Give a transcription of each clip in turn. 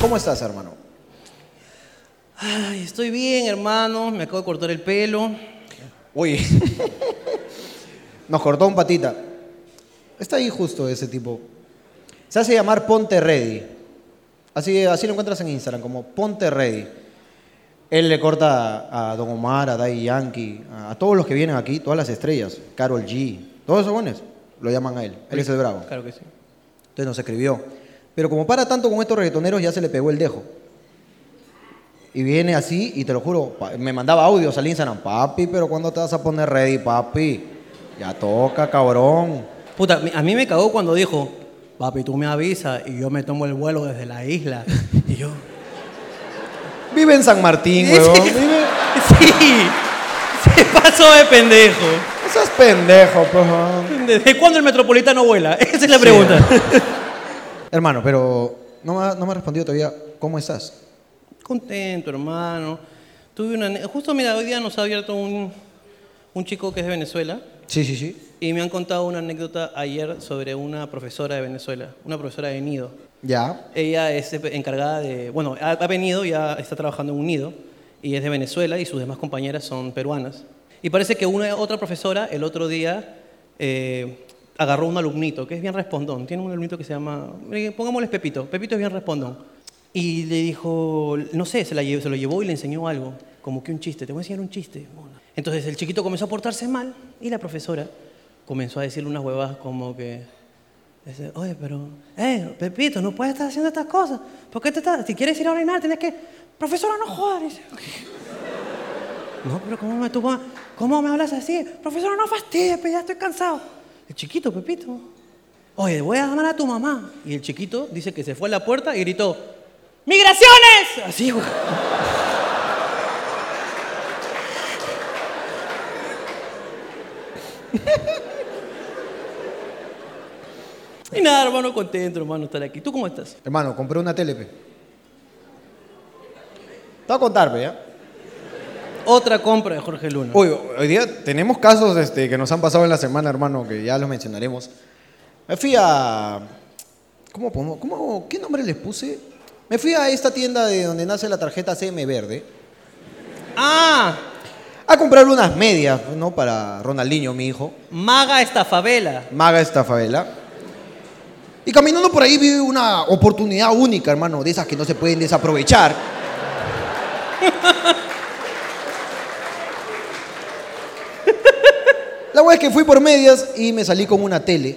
¿Cómo estás, hermano? Ay, estoy bien, hermano. Me acabo de cortar el pelo. Uy. Nos cortó un patita. Está ahí justo ese tipo. Se hace llamar Ponte Ready. Así, así lo encuentras en Instagram, como Ponte Ready. Él le corta a, a Don Omar, a Dai Yankee, a, a todos los que vienen aquí, todas las estrellas, Carol G, todos esos buenos, lo llaman a él. Él es el bravo. Claro que sí. Entonces nos escribió. Pero como para tanto con estos reggaetoneros, ya se le pegó el dejo. Y viene así, y te lo juro, pa- me mandaba audios al Instagram, papi, pero ¿cuándo te vas a poner ready, papi? Ya toca, cabrón. Puta, mi- a mí me cagó cuando dijo, papi, tú me avisas y yo me tomo el vuelo desde la isla. Y yo, Vive en San Martín, Sí. huevón. Vive... sí, se pasó de pendejo. No seas pendejo, pues. huevón. ¿Desde cuándo el metropolitano vuela? Esa es la pregunta. Hermano, pero no me, ha- no me ha respondido todavía. ¿Cómo estás? Contento, hermano. Tuve una... ne- Justo, mira, hoy día nos ha abierto un, un chico que es de Venezuela Sí, sí, sí. y me han contado una anécdota ayer sobre una profesora de Venezuela, una profesora de nido. Ya. Ella es encargada de, bueno, ha, ha venido, ya está trabajando en un nido y es de Venezuela y sus demás compañeras son peruanas. Y parece que una otra profesora el otro día eh, agarró un alumnito que es bien respondón. Tiene un alumnito que se llama, eh, pongámosle Pepito. Pepito es bien respondón. Y le dijo, no sé, se, la lle- se lo llevó y le enseñó algo, como que un chiste. Te voy a enseñar un chiste. mona. Entonces el chiquito comenzó a portarse mal y la profesora comenzó a decirle unas huevadas como que, Dice, oye, pero, eh, Pepito, no puedes estar haciendo estas cosas. ¿Por qué te estás? Si quieres ir a orinar, tienes que. Profesora, no jodas. Dice, no, pero ¿cómo me, tú, ¿cómo me hablas así? Profesora, no fastidies, pe, ya estoy cansado. El chiquito, Pepito. Oye, voy a llamar a tu mamá. Y el chiquito dice que se fue a la puerta y gritó: ¡Migraciones! Así, güey. Y nada, hermano, contento, hermano, estar aquí. ¿Tú cómo estás? Hermano, compré una tele, pe. Te voy a contar, pe, ¿ya? Otra compra de Jorge Luna. Uy, hoy día tenemos casos este, que nos han pasado en la semana, hermano, que ya los mencionaremos. Me fui a... ¿Cómo pongo? ¿Cómo? ¿Qué nombre les puse? Me fui a esta tienda de donde nace la tarjeta CM Verde ¡Ah! a comprar unas medias, ¿no? Para Ronaldinho, mi hijo. Maga Estafabela. Maga esta favela. Y caminando por ahí vi una oportunidad única, hermano, de esas que no se pueden desaprovechar. La wea es que fui por medias y me salí con una tele.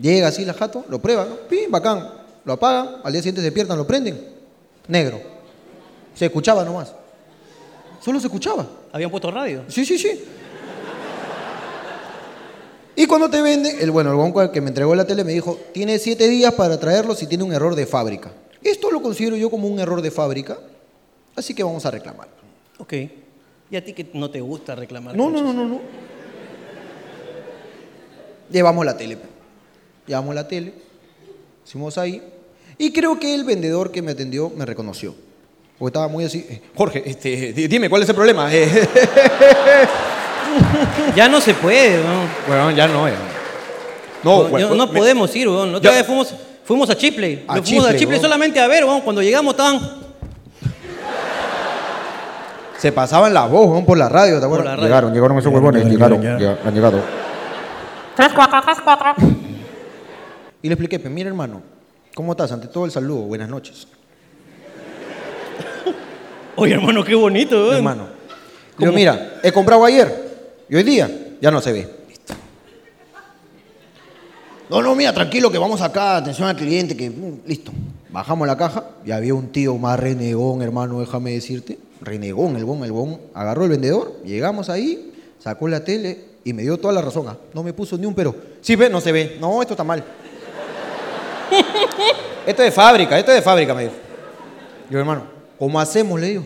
Llega así la jato, lo prueba, ¿no? Pim, bacán. Lo apagan, al día siguiente se despiertan, lo prenden. Negro. Se escuchaba nomás. Solo se escuchaba. Habían puesto radio. Sí, sí, sí. Y cuando te venden, el bueno, el huevón que me entregó la tele me dijo, tiene siete días para traerlo si tiene un error de fábrica. Esto lo considero yo como un error de fábrica, así que vamos a reclamar. Ok. Y a ti que no te gusta reclamar. No, no, conchas. no, no, no. Llevamos la tele. pe. Llevamos la tele. Hicimos ahí. Y creo que el vendedor que me atendió me reconoció. Porque estaba muy así. eh, Jorge, este, di- dime, ¿cuál es el problema? Eh, Ya no se puede, weón. Bueno, ya no. ya No, No, Oh, bueno, pues, yo- no me- podemos ir, weón. Ya- La otra vez fuimos, fuimos a Chipley. A Nos fuimos a Chipley, Chipley weón. solamente a ver, weón. Cuando llegamos estaban. Se pasaban la voz, weón, por la radio, ¿te acuerdas? la radio. Llegaron, llegaron esos huevones, llegaron, llega- han llegado. Y le expliqué, pues, mira hermano, ¿cómo estás? Ante todo el saludo, buenas noches. Oye, hermano, qué bonito, weón. Hermano. Le digo, mira, he comprado ayer y hoy día ya no se ve. No, no, mira, tranquilo que vamos acá, atención al cliente, que mm, listo. Bajamos la caja y había un tío más renegón, hermano, déjame decirte. Renegón, el bon, el bon. Agarró el vendedor, llegamos ahí, sacó la tele y me dio toda la razón. ah. No me puso ni un pero. Sí, ve, no se ve. No, esto está mal. esto es de fábrica, esto es de fábrica, me dijo. Yo, hermano, ¿cómo hacemos? Le digo.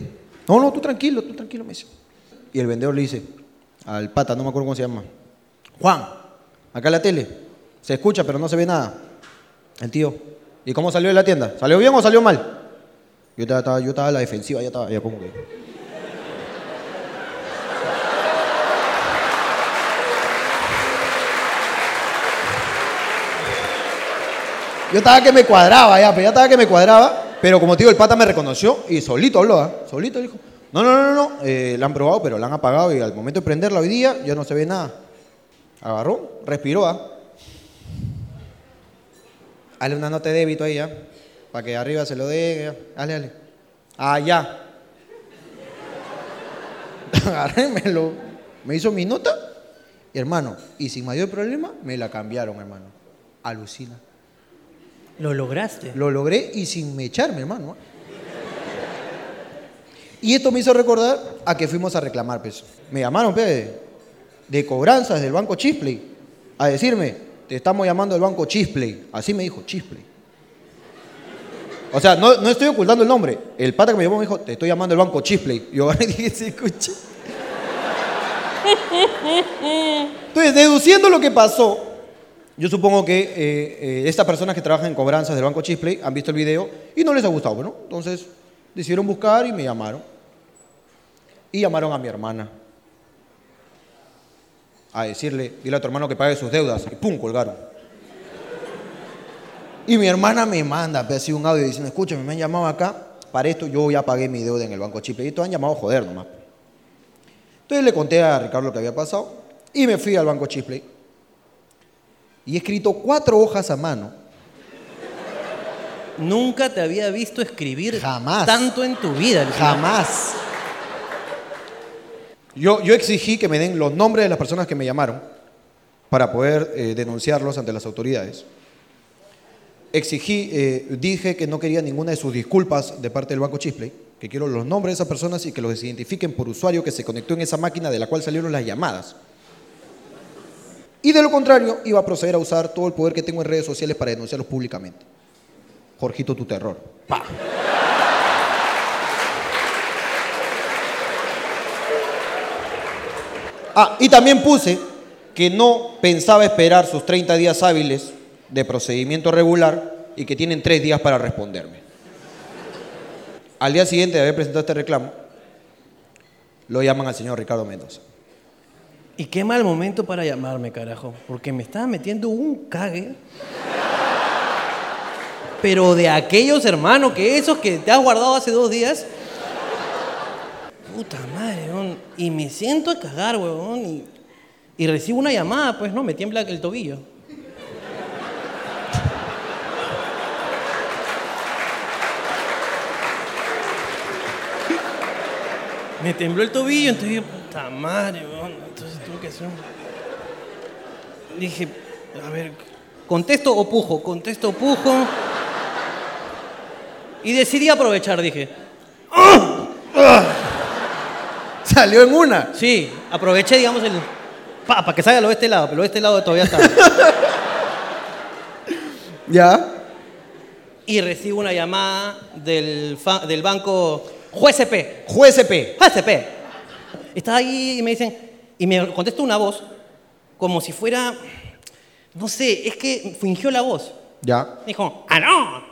No, no, tú tranquilo, tú tranquilo, me dice. Y el vendedor le dice al pata, no me acuerdo cómo se llama. Juan, acá en la tele. Se escucha, pero no se ve nada. El tío. ¿Y cómo salió de la tienda? ¿Salió bien o salió mal? Yo estaba, estaba- yo estaba a la defensiva, ya estaba, ya como que. Yo estaba que me cuadraba ya, pero ya estaba que me cuadraba. Pero como te digo, el pata me reconoció y solito habló, ¿ah? Solito dijo, no, no, no, no, no, eh, la han probado, pero la han apagado y al momento de prenderla hoy día ya no se ve nada. Agarró, respiró, ¿ah? Hazle una nota de débito ahí, ¿ah? Para que arriba se lo dé, ya. hazle, hazle. Ah, ya. Agarré, me lo- me hizo mi nota, hermano, y sin mayor problema me la cambiaron, hermano. Alucina. Lo lograste. Lo logré y sin mecharme, hermano. ¿eh? Y esto me hizo recordar a que fuimos a reclamar, pues. Me llamaron, pues, de- de cobranzas del Banco Chisplay a decirme, te estamos llamando del Banco Chisplay. Así me dijo, Chisplay. O sea, no, no estoy ocultando el nombre. El pata que me llamó me dijo, te estoy llamando del Banco Chisplay. Yo agarré y dije, se escucha. Entonces, deduciendo lo que pasó, yo supongo que eh, eh, estas personas que trabajan en cobranzas del Banco Chisplay han visto el video y no les ha gustado, ¿no? Entonces decidieron buscar y me llamaron. Y llamaron a mi hermana a decirle, dile a tu hermano que pague sus deudas. Y pum, colgaron. Y mi hermana me manda pues, así un audio diciendo, escúchame, me han llamado acá, para esto yo ya pagué mi deuda en el Banco Chisplay. Y todos han llamado a joder nomás. Entonces le conté a Ricardo lo que había pasado y me fui al Banco Chisplay y he escrito cuatro hojas a mano. Nunca te había visto escribir Jamás. tanto en tu vida. Luciano. Jamás. Yo, yo exigí que me den los nombres de las personas que me llamaron para poder eh, denunciarlos ante las autoridades. Exigí, eh, dije que no quería ninguna de sus disculpas de parte del Banco Chisplay, que quiero los nombres de esas personas y que los identifiquen por usuario que se conectó en esa máquina de la cual salieron las llamadas. Y de lo contrario, iba a proceder a usar todo el poder que tengo en redes sociales para denunciarlos públicamente. Jorgito, tu terror. Ah, y también puse que no pensaba esperar sus 30 días hábiles de procedimiento regular y que tienen tres días para responderme. Al día siguiente de haber presentado este reclamo, lo llaman al señor Ricardo Mendoza. Y qué mal momento para llamarme, carajo. Porque me estaba metiendo un cague. Pero de aquellos hermanos que esos que te has guardado hace dos días. Puta madre, weón. Y me siento a cagar, weón. Y, y recibo una llamada, pues no, me tiembla el tobillo. Me tembló el tobillo, entonces dije, puta madre, weón. Entonces tuve que hacer un... Dije, a ver, ¿contesto o pujo? Contesto o pujo. Y decidí aprovechar, dije. Salió en una. Sí, aproveché, digamos, el... Para que salga lo de este lado, pero lo de este lado todavía está. Ya. y recibo una llamada del, fa- del banco Juez E CP. Juez E P. ACP. E Está ahí y me dicen, y me contesta una voz, como si fuera, no sé, es que fingió la voz. Ya. Dijo, ¡aló!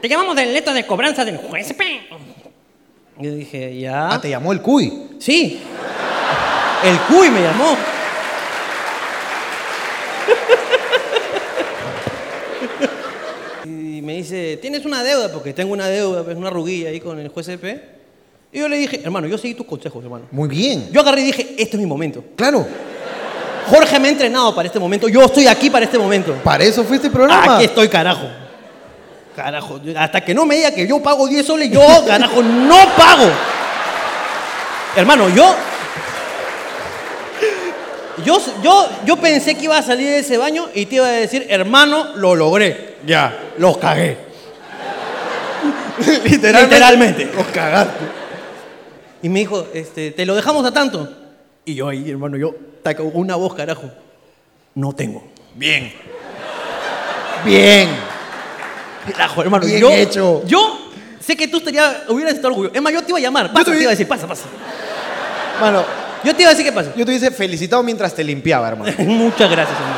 Te llamamos del neto de cobranza del juez P. Yo dije, ya. Ah, te llamó el CUI. Sí. El cuy me llamó. Y me dice, ¿tienes una deuda? Porque tengo una deuda, pues una ruguilla ahí con el juez CP. Y yo le dije, hermano, yo seguí tus consejos, hermano. Muy bien. Yo agarré y dije, este es mi momento. Claro. Jorge me ha entrenado para este momento. Yo estoy aquí para este momento. Para eso fue este programa. Aquí estoy, carajo. Carajo, yo- hasta que no me diga que yo pago 10 soles, yo, carajo, no pago. Hermano, yo. Yo, yo, yo pensé que iba a salir de ese baño y te iba a decir, hermano, lo logré. Ya. Los cagué. Literalmente. Literalmente. Los cagaste. Y me dijo, este, te lo dejamos a tanto. Y yo ahí, hermano, yo, taca, una voz, carajo. No tengo. Bien. Bien. Carajo, Ah, hermano. Bien yo, hecho. Yo sé que tú estaría, hubieras estado orgulloso. Es más, yo te iba a llamar. Pasa, te te, vi- iba a decir, pasa, pasa. Mano, Yo te iba a decir que pasa. yo te hubiese felicitado mientras te limpiaba, hermano. Muchas gracias, hermano.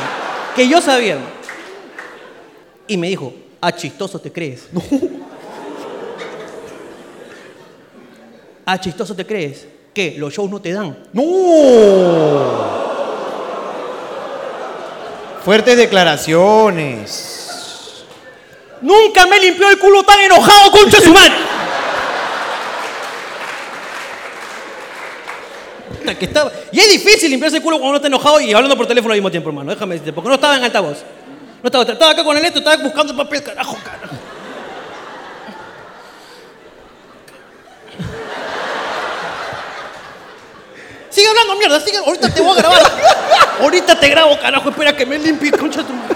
Que yo sabía. hermano. Y me dijo, a chistoso te crees. A chistoso te crees que los shows no te dan. ¡No! Fuertes declaraciones. Nunca me limpió el culo tan enojado, concha de su madre. Puta, que estaba- Y es difícil limpiarse el culo cuando uno está enojado y hablando por teléfono al mismo tiempo, hermano. Déjame decirte, porque no estaba en altavoz. No estaba, estaba acá con el esto, estaba buscando el papel, carajo, carajo. Sigue hablando mierda, sigue. Ahorita te voy a grabar. Ahorita te grabo, carajo. Espera que me limpie, concha de tu madre.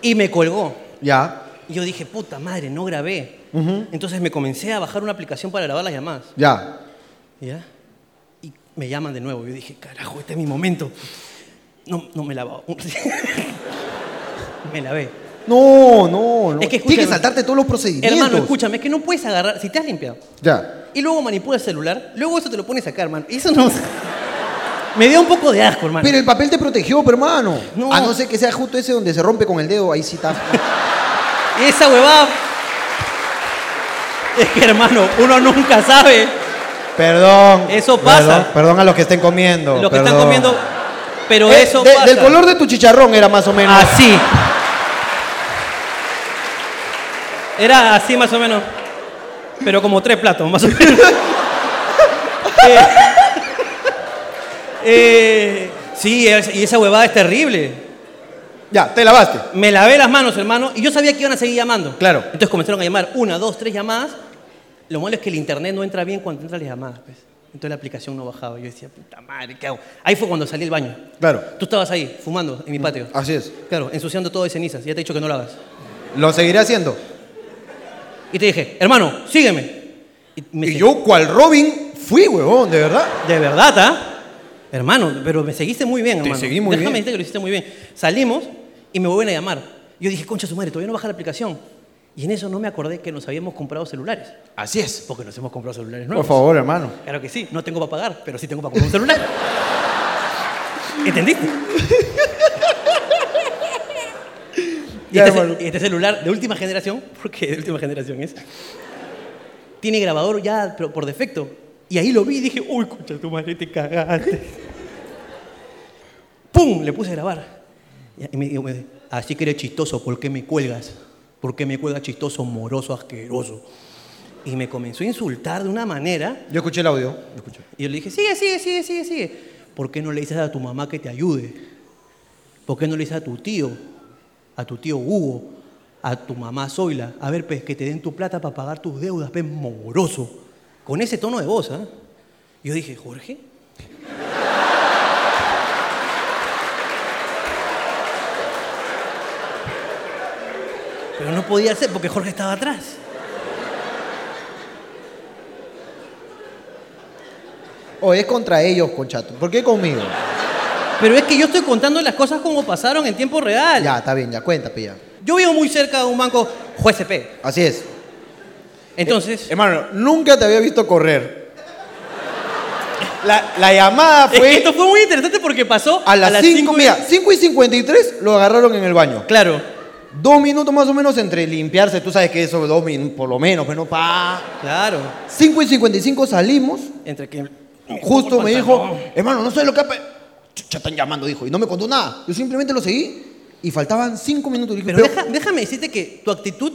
Y me colgó. Ya, Y yo dije, puta madre, no grabé. Entonces me comencé a bajar una aplicación para grabar las llamadas. ya. ¿Ya? Y me llaman de nuevo. Yo dije, carajo, este es mi momento. No, no me lavaba. me lavé. No, no, no. Es que Tienes escúchame. que saltarte todos los procedimientos. Hermano, escúchame, es que no puedes agarrar. Si te has limpiado Ya. y luego manipulas el celular, luego eso te lo pones acá, hermano. Y eso no. me dio un poco de asco, hermano. Pero el papel te protegió, pero hermano. No. A no ser que sea justo ese donde se rompe con el dedo, ahí sí está. Esa huevada. Es que, hermano, uno nunca sabe. Perdón. Eso pasa. Perdón, perdón a los que estén comiendo. Los que están Oh, perdón. comiendo. Pero Eh, eso de- pasa. Del color de tu chicharrón era más o menos. Así. Era así más o menos. Pero como tres platos, más o menos. Eh, eh, sí, es- y esa huevada es terrible. Ya, te lavaste. Me lavé las manos, hermano, y yo sabía que iban a seguir llamando. Claro. Entonces comenzaron a llamar una, dos, tres llamadas. Lo malo es que el internet no entra bien cuando entran las llamadas, pues. Entonces la aplicación no bajaba. Yo decía, puta madre, ¿qué hago? Ahí fue cuando salí del baño. Claro. Tú estabas ahí, fumando en mi patio. Así es. Claro, ensuciando todo de cenizas. Ya te he dicho que no lo hagas. Lo seguiré haciendo. Y te dije, hermano, sígueme. Y, me Y se- yo, cual Robin, fui, huevón, de verdad. De verdad, ¿ah? Hermano, pero me seguiste muy bien, Te hermano. seguí muy Déjame bien. decirte que lo hiciste muy bien. Salimos y me vuelven a llamar. Yo dije, concha su madre, todavía no baja la aplicación. Y en eso no me acordé que nos habíamos comprado celulares. Así es. Porque nos hemos comprado celulares Por nuevos. favor, hermano. Claro que sí, no tengo para pagar, pero sí tengo para comprar un celular. ¿Entendiste? Y Ya, este, hermano. ce- este celular de última generación, porque de última generación es, tiene grabador ya pero por defecto. Y ahí lo vi y dije, uy, concha tu madre, te cagaste. ¡Pum! Le puse a grabar. Y y me dijo, me dijo, así que eres chistoso, ¿por qué me cuelgas? ¿Por qué me cuelgas chistoso, moroso, asqueroso? Y me comenzó a insultar de una manera Yo escuché el audio. Lo escuché. y yo le dije, sigue, sigue, sigue, sigue, sigue. ¿Por qué no le dices a tu mamá que te ayude? ¿Por qué no le dices a tu tío, a tu tío Hugo, a tu mamá Zoila? A ver, pues, que te den tu plata para pagar tus deudas, pues, moroso. Con ese tono de voz, ¿ah? Yo dije, Jorge. Pero no podía ser porque Jorge estaba atrás. O es contra ellos, conchato. ¿Por qué conmigo? Pero es que yo estoy contando las cosas como pasaron en tiempo real. Ya, está bien, ya, cuenta, pilla. Yo vivo muy cerca de un banco juez CP. Así es. Eh, Entonces, Hermano, nunca te había visto correr. La, la llamada es que fue esto fue muy interesante porque pasó Eh, a las 5, cinco- mira, 5 y 53 lo agarraron en el baño. Claro. Dos minutos más o menos entre limpiarse, tú sabes que eso, dos minutos por lo menos, pero no pa. Claro. 5 y 55 salimos, Entre que justo me dijo, Pantalón. hermano, no sé lo que ha pa- Chucha, están llamando, dijo, y no me contó nada. Yo simplemente lo seguí y faltaban 5 minutos. Le dije, Pero pero- deja- déjame decirte que tu actitud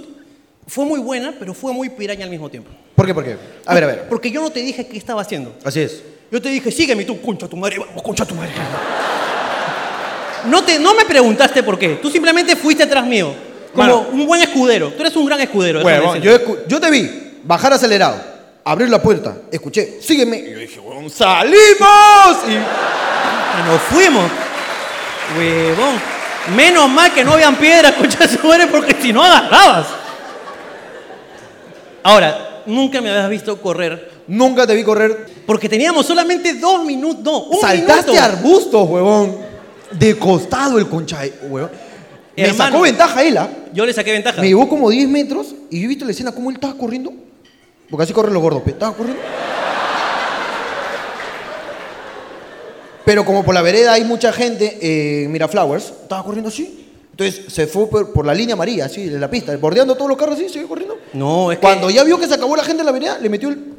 fue muy buena, pero fue muy piraña al mismo tiempo. ¿Por qué? ¿Por qué? A ver, a ver. Porque yo no te dije qué estaba haciendo. Así es. Yo te dije, sígueme y tú, concha tu madre, vamos, concha tu madre. No, te, no me preguntaste por qué. Tú simplemente fuiste atrás mío. Como Mano. un buen escudero. Tú eres un gran escudero. déjame Huevón, decirte. yo, escu- yo te vi bajar acelerado, abrir la puerta, escuché, sígueme. Y yo dije, huevón, ¡salimos! Y Y nos fuimos. Huevón. Menos mal que no habían piedras, concha de su madre, porque si no agarrabas. Ahora, nunca me habías visto correr. nunca te vi correr. Porque teníamos solamente dos minutos. No, un Saltaste minuto. arbustos, huevón. De costado el concha, de- huevón. Me Hermano. sacó ventaja él, ¿ah? Yo le saqué ventaja. Me llevó como 10 metros y yo he visto la escena cómo él estaba corriendo. Porque así corren los gordos, pero estaba corriendo. Pero como por la vereda hay mucha gente, eh, en Miraflowers, estaba corriendo así. Entonces se fue por, por la línea amarilla, así, de la pista, bordeando todos los carros así, siguió corriendo. No, es que. Cuando ya vio que se acabó la gente en la vereda, le metió el.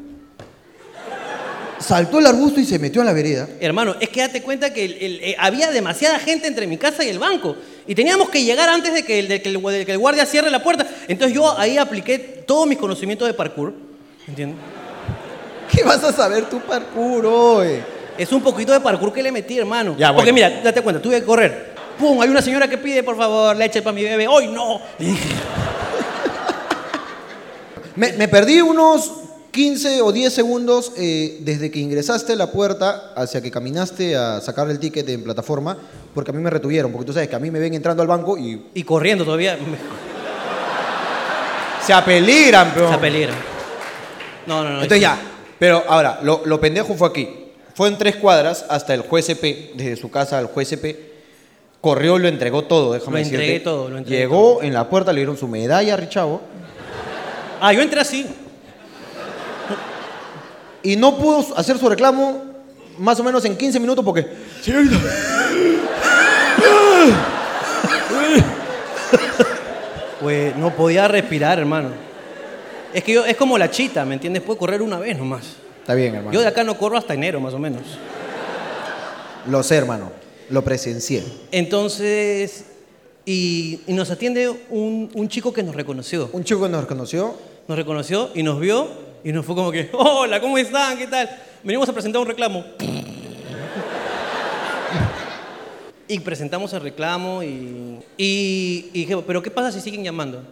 Saltó el arbusto y se metió en la vereda. Hermano, es que date cuenta que el- el- eh, había demasiada gente entre mi casa y el banco. Y teníamos que llegar antes de que, el, de que el- de que el guardia cierre la puerta. Entonces yo ahí apliqué todos mis conocimientos de parkour. ¿Entiendes? ¿Qué vas a saber tú parkour hoy? Es un poquito de parkour que le metí, hermano. Ya, bueno. Porque mira, date cuenta, tuve que correr. ¡Pum! Hay una señora que pide, por favor, leche para mi bebé. ¡Hoy no! Le dije, Me, me perdí unos 15 o 10 segundos eh, desde que ingresaste la puerta hacia que caminaste a sacar el ticket en plataforma, porque a mí me retuvieron, porque tú sabes que a mí me ven entrando al banco y Y corriendo todavía. se apeligran, pero... Se apeligra. No, no, no. Entonces ya, pero ahora, lo, lo pendejo fue aquí. Fue en tres cuadras hasta el juez CP, desde su casa al juez CP. Corrió, lo entregó todo, déjame Lo decirte. entregué todo, lo entregué Llegó en la puerta, le dieron su medalla a Richavo Ah, yo entré así. y no pudo hacer su reclamo más o menos en 15 minutos porque... Señorita, Pues no podía respirar, hermano. Es que yo, es como la chita, ¿me entiendes? Puedo correr una vez nomás. Está bien, hermano. Yo de acá no corro hasta enero, más o menos. Lo sé, hermano. Lo presencié. Entonces, y, y nos atiende un, un chico que nos reconoció. Un chico que nos reconoció. Nos reconoció y nos vio y nos fue como que, hola, ¿cómo están? ¿Qué tal? Venimos a presentar un reclamo. Y presentamos el reclamo y, y, y dije, pero ¿qué pasa si siguen llamando?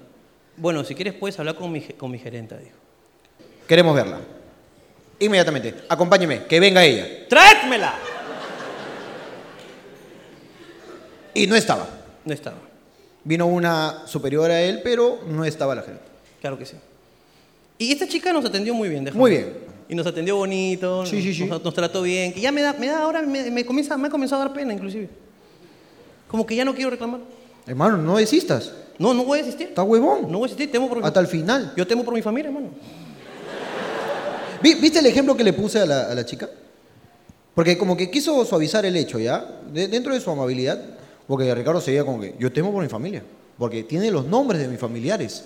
Bueno, si quieres puedes hablar con mi, ge- con mi gerenta, dijo. Queremos verla. Inmediatamente. Acompáñeme, que venga ella. ¡Tráetmela! Y no estaba. No estaba. Vino una superior a él, pero no estaba la gente. Claro que sí. Y esta chica nos atendió muy bien, déjame Muy decir. bien. Y nos atendió bonito, Sí, sí, sí. Nos, nos trató bien, que ya me da, me da ahora, me, me comienza, me ha comenzado a dar pena inclusive. Como que ya no quiero reclamar. Hermano, no desistas. No, no voy a desistir. Está huevón. No voy a desistir, temo por mi Hasta el final. Yo temo por mi familia, hermano. Vi- ¿Viste el ejemplo que le puse a la, a la chica? Porque como que quiso suavizar el hecho, ¿ya? De- dentro de su amabilidad, porque Ricardo seguía como que yo temo por mi familia, porque tiene los nombres de mis familiares.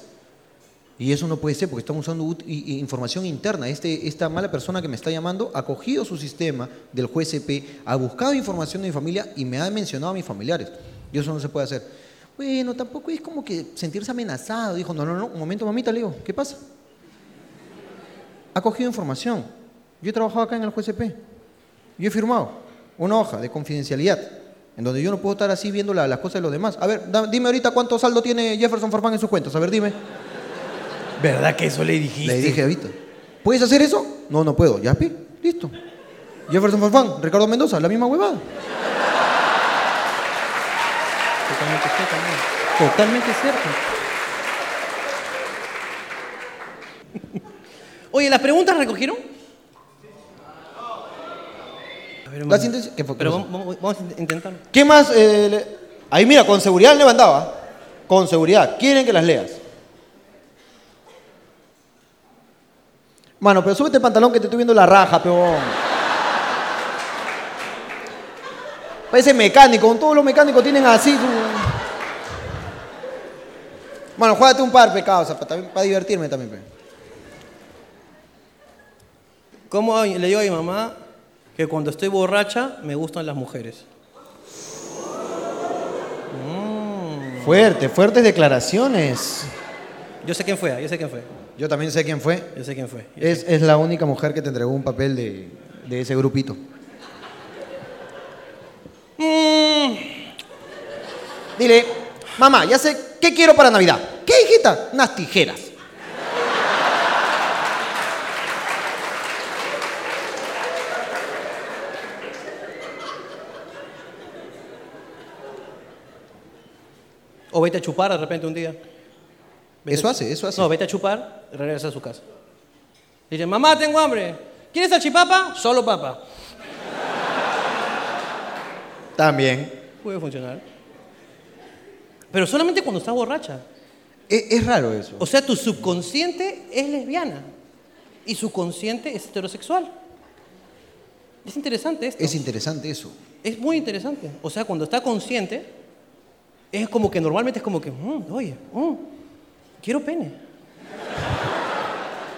Y eso no puede ser, porque están usando ut- i- i- información interna. Este, esta mala persona que me está llamando ha cogido su sistema del juez CP, ha buscado información de mi familia y me ha mencionado a mis familiares. Y eso no se puede hacer. Bueno, tampoco es como que sentirse amenazado. Dijo, no, no, no, un momento, mamita, Leo, ¿qué pasa? ha cogido información. Yo he trabajado acá en el JCP. Yo he firmado una hoja de confidencialidad en donde yo no puedo estar así viendo la- las cosas de los demás. A ver, da- dime ahorita cuánto saldo tiene Jefferson Farfán en sus cuentas. A ver, dime. ¿Verdad que eso le dijiste? Le dije ahorita. ¿Puedes hacer eso? No, no puedo. Ya, pi, listo. Jefferson Farfán, Ricardo Mendoza, la misma huevada. Totalmente cierto, hermano. Totalmente cierto. Oye, ¿las preguntas recogieron? A ver, hermano. La síntesis- ¿qué fue? Pero vamos, vamos- vamos a intentarlo. ¿Qué más? eh, le- Ahí mira, con seguridad levantaba. Con seguridad. Quieren que las leas. Mano, pero súbete el pantalón que te estoy viendo la raja, peón. Parece mecánico, con todos los mecánicos tienen así. su- Mano, juégate un par, pecado, para, divertirme también, pe. ¿Cómo a- le digo a mi mamá que cuando estoy borracha me gustan las mujeres? Fuerte, fuertes declaraciones. Yo sé quién fue, ah, yo sé quién fue, Yo también sé quién fue. yo sé quién fue. yo sé Es, es la única mujer que te entregó un papel de, de ese grupito. Mm, Dile, mamá, ya sé qué quiero para Navidad. ¿Qué, hijita? Unas tijeras. O vete a chupar de repente un día. Vete Eso a- hace, eso hace. No, vete a chupar, regresa a su casa. Dice, mamá, tengo hambre. ¿Quieres salchipapa? Solo papa. También. Puede funcionar. Pero solamente cuando estás borracha. Es, E, es raro eso. O sea, tu subconsciente es lesbiana y su consciente es heterosexual. Es interesante esto. Es interesante eso. Es muy interesante. O sea, cuando está consciente, es como que normalmente es como que, "Mm, oye, mm, quiero pene.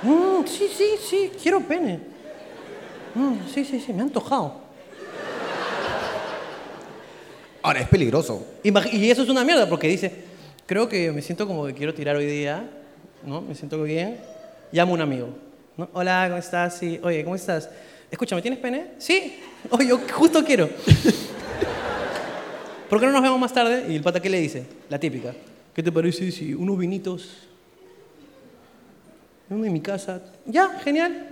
Mm, sí, sí, sí, quiero pene. Mm, sí, sí, sí, me han antojado. Ahora, es peligroso. Imag- Y eso es una mierda porque dice, creo que me siento como que quiero tirar hoy día, ¿no? Me siento bien. Llamo a un amigo. ¿no? Hola, ¿cómo estás? Sí. Oye, ¿cómo estás? Escúchame, ¿tienes pene? Sí. Oye, yo justo quiero. ¿Por qué no nos vemos más tarde? Y el pata, ¿qué le dice? La típica. ¿Qué te parece si unos vinitos? Uno en mi casa. Ya, genial.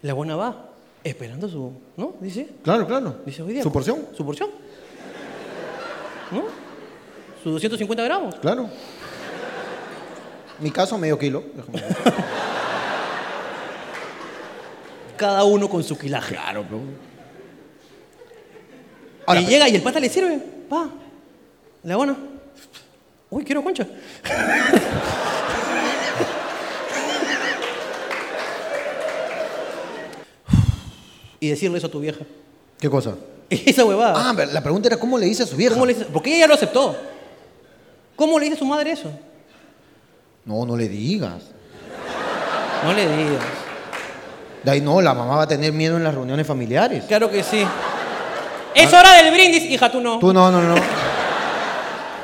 La buena va, esperando su, ¿no? Dice, Claro, claro. dice hoy día. ¿Su porción? Su porción. ¿No? Sus 250 gramos. Claro. Mi caso, medio kilo. Déjame ver. Cada uno con su quilaje. Claro, pero... y llega y el pata le sirve. Pa. La buena. Uy, quiero concha. y decirle eso a tu vieja. ¿Qué cosa? Esa huevada. Ah, pero la pregunta era cómo le dice a su vieja. ¿Cómo le dices? Porque ella ya lo aceptó. ¿Cómo le dice a su madre eso? No, no le digas. No le digas. De ahí no, la mamá va a tener miedo en las reuniones familiares. Claro que sí. Es hora del brindis, hija, tú no. Tú no, no, no. De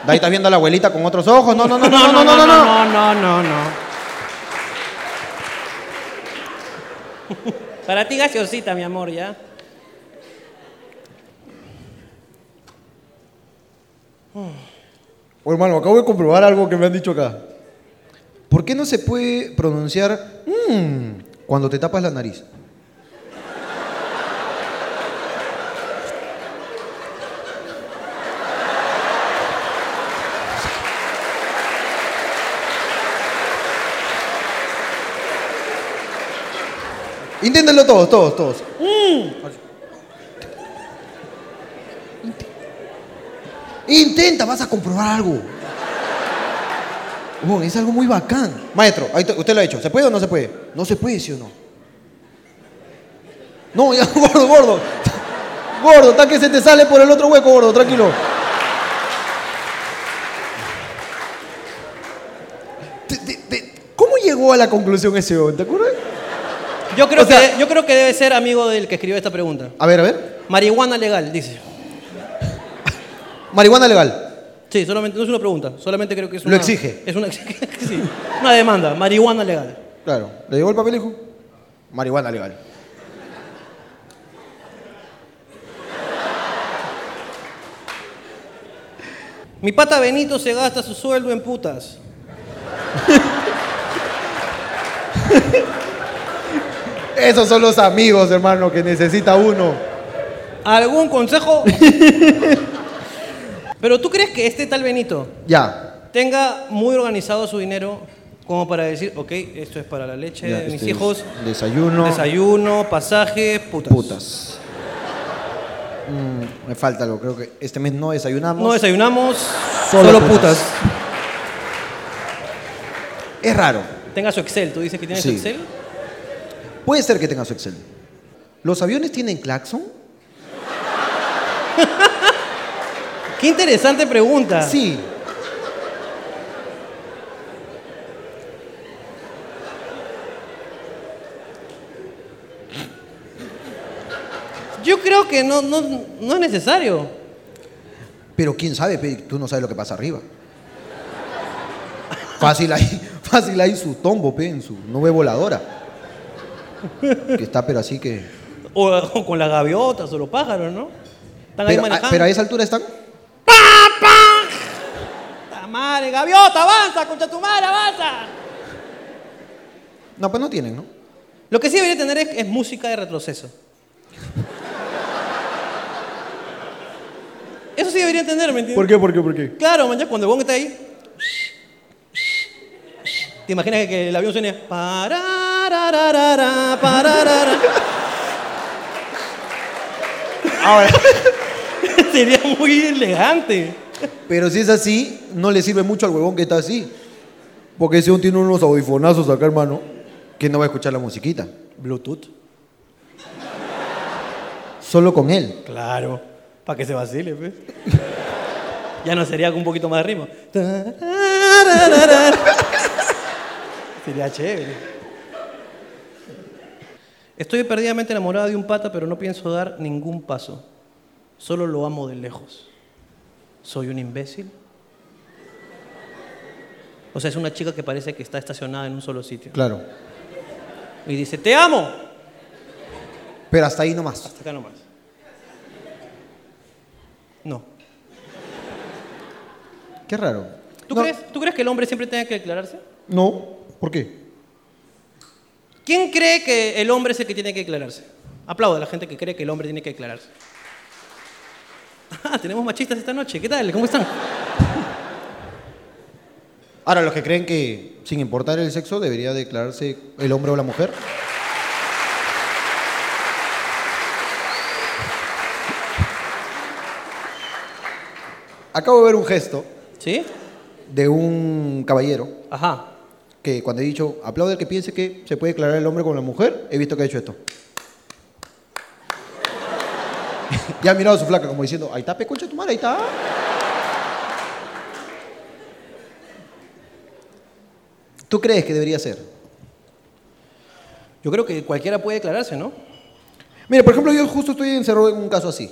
ahí estás viendo a la abuelita con otros ojos. No, no, no, no, no, no, no, no. no, no, no. Para ti gaseosita, mi amor, ya. Oh, hermano, acabo de comprobar algo que me han dicho acá. ¿Por qué no se puede pronunciar mmm, cuando te tapas la nariz? Inténtenlo todos, todos, todos. Intenta, vas a comprobar algo. Huevón, es algo muy bacán. Maestro, ahí está, usted lo ha hecho. ¿Se puede o no se puede? No se puede, sí o no. No, ya, gordo, gordo. Gordo, está que se te sale por el otro hueco, gordo, tranquilo. Te- te- te- ¿Cómo llegó a la conclusión ese hombre? ¿Te acuerdas? Yo creo, O sea- que, yo creo que debe ser amigo del que escribió esta pregunta. A ver, a ver. Marihuana legal, dice. Marihuana legal. Sí, solamente, no es una pregunta, solamente creo que es Lo una... exige. Es una, sí, una demanda, marihuana legal. Claro. ¿Le llegó el papel, hijo? Marihuana legal. Mi pata Benito se gasta su sueldo en putas. Esos son los amigos, hermano, que necesita uno. ¿Algún consejo? Pero tú crees que este tal Benito Ya. tenga muy organizado su dinero como para decir, ok, esto es para la leche Ya, de mis este, hijos, Desayuno. desayuno, pasaje, putas. Putas. Mm, me falta algo. Creo que este mes no desayunamos. No desayunamos, solo, Solo putas. putas. Es raro. Tenga su Excel, tú dices que tienes Sí. Excel. Puede ser que tenga su Excel. ¿Los aviones tienen claxon? Qué interesante pregunta. Sí. Yo creo que no, no, no es necesario. Pero quién sabe, pe, tú no sabes lo que pasa arriba. Fácil ahí, fácil ahí su tombo, pe, en su nube voladora. Que está, pero así que. O, o con las gaviotas o los pájaros, ¿no? Están ahí Pero, a, manejando. pero a esa altura están. ¡Ta madre, gaviota, avanza, concha tu madre, avanza! No, pues no tienen, ¿no? Lo que sí debería tener es, es música de retroceso. Eso sí debería tener, ¿me entiendes? qué? ¿Por qué? ¿Por qué? Claro, man, ya cuando el Wong está ahí. ¿Te imaginas que, que el avión suene? Pararararara, pararara? Ahora. Sería muy elegante. Pero si es así, no le sirve mucho al huevón que está así. Porque ese un tiene unos audifonazos acá, hermano, que no va a escuchar la musiquita. Bluetooth. Solo con él. Claro, para que se vacile, pues. ya no sería con un poquito más de ritmo. Sería chévere. Estoy perdidamente enamorada de un pata, pero no pienso dar ningún paso. Solo lo amo de lejos. ¿Soy un imbécil? O sea, es una chica que parece que está estacionada en un solo sitio. Claro. Y dice, te amo. Pero hasta ahí nomás. Hasta acá nomás. No. Qué raro. ¿Tú, No. crees, ¿Tú crees que el hombre siempre tenga que declararse? No. ¿Por qué? ¿Quién cree que el hombre es el que tiene que declararse? Aplauda a la gente que cree que el hombre tiene que declararse. Ah, tenemos machistas esta noche. ¿Qué tal? ¿Cómo están? Ahora, los que creen que sin importar el sexo debería declararse el hombre o la mujer. Acabo de ver un gesto ¿Sí? de un caballero Ajá. que cuando he dicho aplaude al que piense que se puede declarar el hombre con la mujer, he visto que ha hecho esto. y ha mirado a su flaca como diciendo, ahí está, pe concha de tu madre, ahí está. ¿Tú crees que debería ser? Yo creo que cualquiera puede declararse, ¿no? Mira, por ejemplo, yo justo estoy encerrado en un caso así.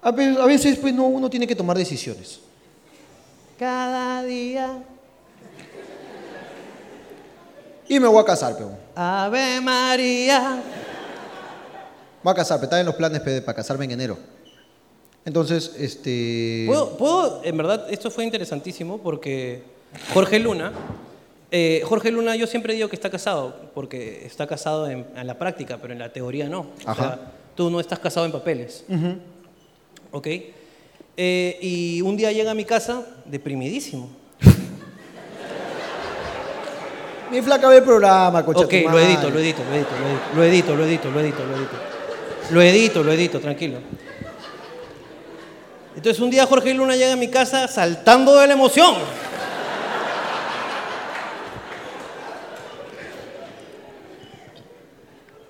A veces, a veces, pues, no, uno tiene que tomar decisiones. Cada día, Y me voy a casar, peón. Ave María. Voy a casar, pero estaba en los planes pe, para casarme en enero. Entonces, este. ¿Puedo, puedo- en verdad, esto fue interesantísimo porque Jorge Luna, eh, Jorge Luna yo siempre digo que está casado, porque está casado en, en la práctica, pero en la teoría no. O Ajá. sea, tú no estás casado en papeles. ¿Ok? Eh, y un día llega a mi casa deprimidísimo. Mi flaca ve el programa, coche. Ok, lo edito, lo edito, lo edito, lo edito, lo edito, lo edito, lo edito. Lo edito, lo edito, tranquilo. Entonces un día Jorge Luna llega a mi casa saltando de la emoción.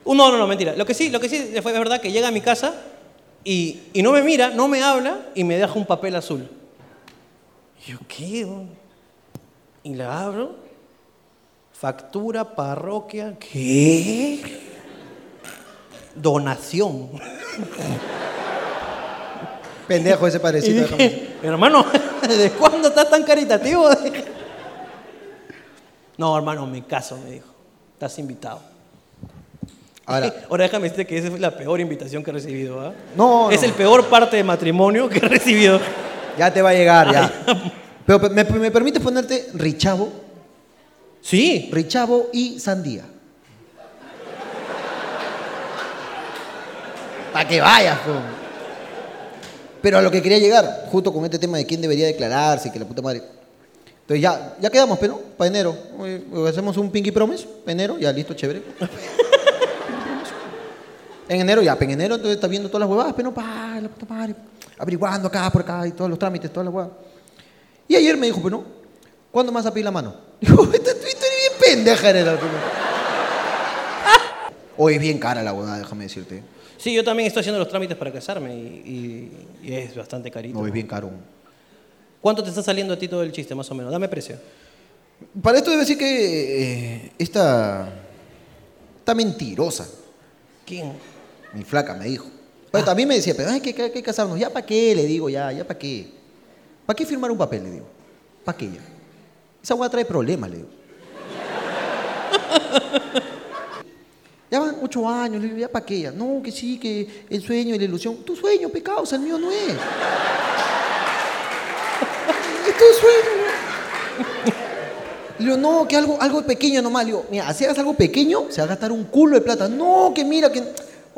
Uh, No, no, no, mentira. Lo que sí, lo que sí fue es verdad que llega a mi casa y, y no me mira, no me habla y me deja un papel azul. Y yo, ¿qué? weón? Y la abro Factura, parroquia, ¿qué? Donación. Pendejo ese Y parecito. déjame. dije, hermano, ¿desde cuándo estás tan caritativo? Dije. No, hermano, me caso, me dijo. Estás invitado. Ahora, Ahora déjame decirte que esa fue la peor invitación que he recibido, ¿ah? No, Es no. el peor parte de matrimonio que he recibido. ya te va a llegar, ya. Pero pe- me, me permites ponerte Richavo, Sí. Richavo y Sandía. Para que vayas, po. Pero a lo que quería llegar, justo con este tema de quién debería declararse, que la puta madre. Entonces ya, ya quedamos, pero para enero. Oye, Hacemos un pinky promise, pa' enero, ya listo, chévere. En enero, ya, pe, en enero, entonces estás viendo todas las huevadas, pero no, pa, la puta madre. Averiguando acá, por acá, y todos los trámites, todas las huevadas. Y ayer me dijo, pero no, ¿cuándo más a pedir la mano? Dijo, "Esta- tú eres bien pendeja, eres la puta". Hoy es bien cara la huevada, déjame decirte. Sí, yo también estoy haciendo los trámites para casarme y, y- y es bastante carito. No, es bien caro. ¿Cuánto te está saliendo a ti todo el chiste, más o menos? Dame precio. Para esto debe decir que eh, esta, esta mentirosa, ¿Quién? mi flaca, me dijo. Pero también me decía, pero ay, que que hay que casarnos. ¿Ya para qué? Le digo, ya, ya para qué. ¿Para qué firmar un papel? Le digo. ¿Para qué ya? Esa hueá trae problemas, le digo. ya van ocho años, le digo, ya para qué ya. No, que sí, que el sueño y la ilusión. Tu sueño, pecado, el mío no es. es tu sueño. Le digo, no, que algo, algo pequeño nomás. Le digo, mira, así hagas algo pequeño, se va a gastar un culo de plata. No, que mira, que.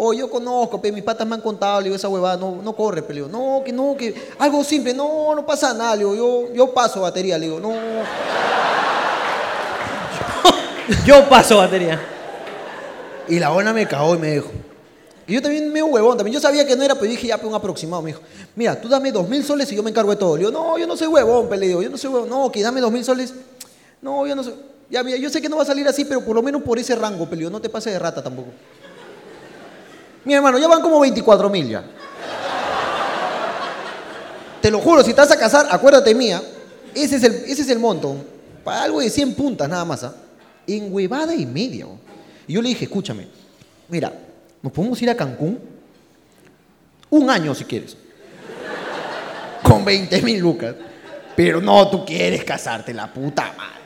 Oh, yo conozco, pe, mis patas me han contado, le digo, esa huevada no, no corre, pe, le digo, no, que no, que algo simple, no, no pasa nada, le digo, yo, yo paso batería, le digo, no. Yo paso batería. Y la ona me cagó y me dijo. Y yo también medio huevón, también yo sabía que no era, pero dije, ya, pues un aproximado, me dijo, mira, tú dame dos mil soles y yo me encargo de todo. Le digo, no, yo no soy huevón, pe, le digo, yo no soy huevón, no, que dame dos mil soles. No, yo no soy. Ya, mira, yo sé que no va a salir así, pero por lo menos por ese rango, pe, le digo, no te pases de rata tampoco. Mi hermano, ya van como 24 mil ya. Te lo juro, si estás a casar, acuérdate mía, ese es el, ese es el monto. Para algo de 100 puntas nada más, ¿ah? En huevada y media, weón. Y yo le dije, escúchame, mira, nos podemos ir a Cancún un año si quieres, con 20 mil lucas, pero no, tú quieres casarte, la puta madre.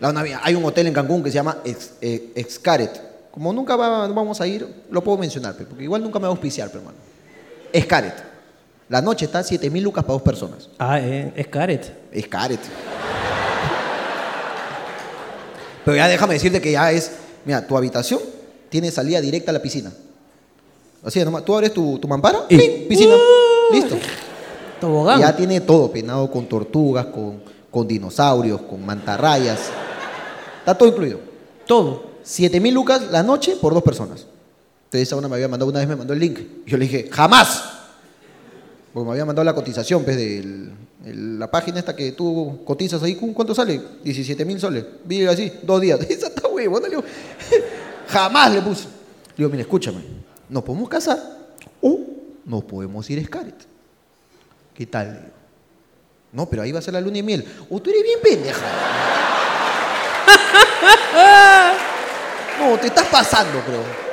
La una- hay un hotel en Cancún que se llama Ex- eh, Excaret. Como nunca va- no vamos a ir, lo puedo mencionar, pe, porque igual nunca me va a auspiciar, pero hermano. Excaret. La noche está 7 mil lucas para dos personas. Ah, eh, es Caret. Excaret. Pero ya déjame decirte que ya es. Mira, tu habitación tiene salida directa a la piscina. Así es, nomás. Tú abres tu, tu mampara, Y- ¡pim! piscina. ¡Uh! Listo. Tobogán. Ya tiene todo penado con tortugas, con, con dinosaurios, con mantarrayas. Está todo incluido. Todo. 7 mil lucas la noche por dos personas. Entonces esa una me había mandado, una vez me mandó el link. Yo le dije, ¡jamás! Porque me había mandado la cotización, pues, de la página esta que tú cotizas ahí, ¿cu- ¿cuánto sale? 17 mil soles. Vive así, dos días. Esa está huevona, le digo. Jamás le puse. Le digo, mira, escúchame, nos podemos casar o nos podemos ir a Scaret. ¿Qué tal? Le digo. No, pero ahí va a ser la luna y miel. O tú eres bien pendeja. No, te estás pasando, creo.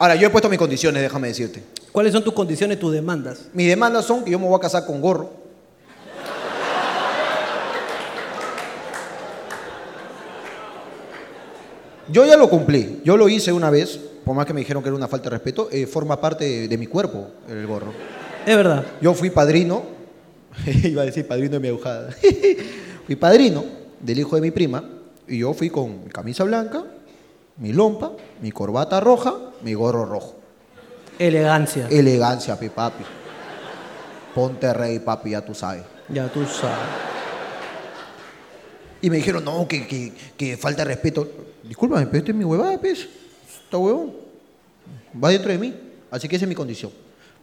Ahora, yo he puesto mis condiciones, déjame decirte. ¿Cuáles son tus condiciones, tus demandas? Mis demandas son que yo me voy a casar con gorro. Yo ya lo cumplí. Yo lo hice una vez, por más que me dijeron que era una falta de respeto, eh, forma parte de- de mi cuerpo el gorro. Es verdad. Yo fui padrino, iba a decir padrino de mi agujada. fui padrino del hijo de mi prima y yo fui con mi camisa blanca, mi lompa, mi corbata roja, mi gorro rojo. Eh, Elegancia. Elegancia, pi, papi. Ponte rey, papi, ya tú sabes. Ya tú sabes. Y me dijeron, no, que, que, que falta de respeto. Discúlpame, pero esto es mi huevada, pez. Está huevón. Va dentro de mí. Así que esa es mi condición.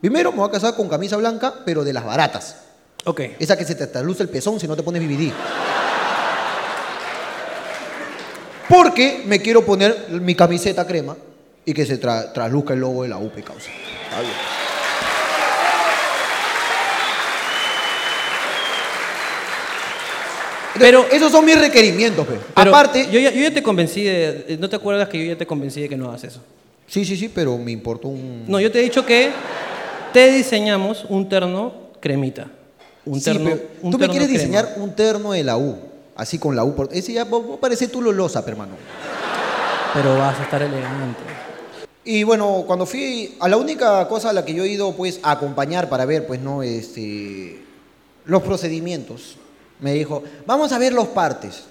Primero me voy a casar con camisa blanca, pero de las baratas. Ok. Esa que se te trasluce el pezón si no te pones BBD. Porque me quiero poner mi camiseta crema y que se tra- trasluzca el logo de la UP, causa. Está bien. Pero- esos son mis requerimientos, pe. Pero Aparte, Yo ya, yo ya te convencí de. eh, ¿No te acuerdas que yo ya te convencí de que no hagas eso? sí, sí, sí, pero me importó un. No, yo te he dicho que te diseñamos un terno cremita. Un Sí, terno. pero un tú me terno quieres crema. diseñar un terno de la U, así con la U. Por... Ese ya vos, vos parecés tú lolosa, pe, hermano. Pero vas a estar elegante. Y bueno, cuando fui a la única cosa a la que yo he ido pues a acompañar para ver pues no este los procedimientos. Me dijo, "Vamos a ver los partes."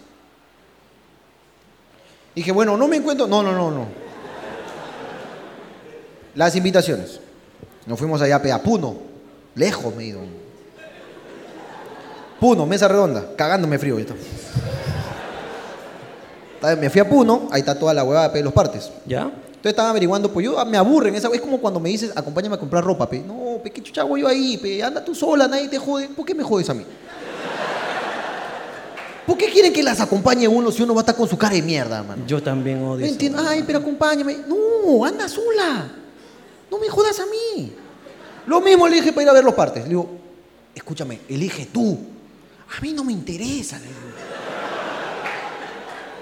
Dije, "Bueno, no me encuentro, no, no, no, no." Las invitaciones. Nos fuimos allá pe, a Puno, lejos me he ido. Puno, mesa redonda, cagándome frío ahorita. Me fui a Puno, ahí está toda la huevada pe, de los partes. ¿Ya? Entonces estaba averiguando, pues yo ah, me aburren esa, es como cuando me dices, acompáñame a comprar ropa, pe. No, pe, qué chucha hago yo ahí, pe, anda tú sola, nadie te jode. ¿Por qué me jodes a mí? ¿Por qué quieren que las acompañe uno si uno va a estar con su cara de mierda, hermano? Yo también odio. No eso. entiendo, ay, pero acompáñame. No, anda sola. No me jodas a mí. Lo mismo le dije para ir a ver los partes. Le digo, escúchame, elige tú. A mí no me interesa. le digo.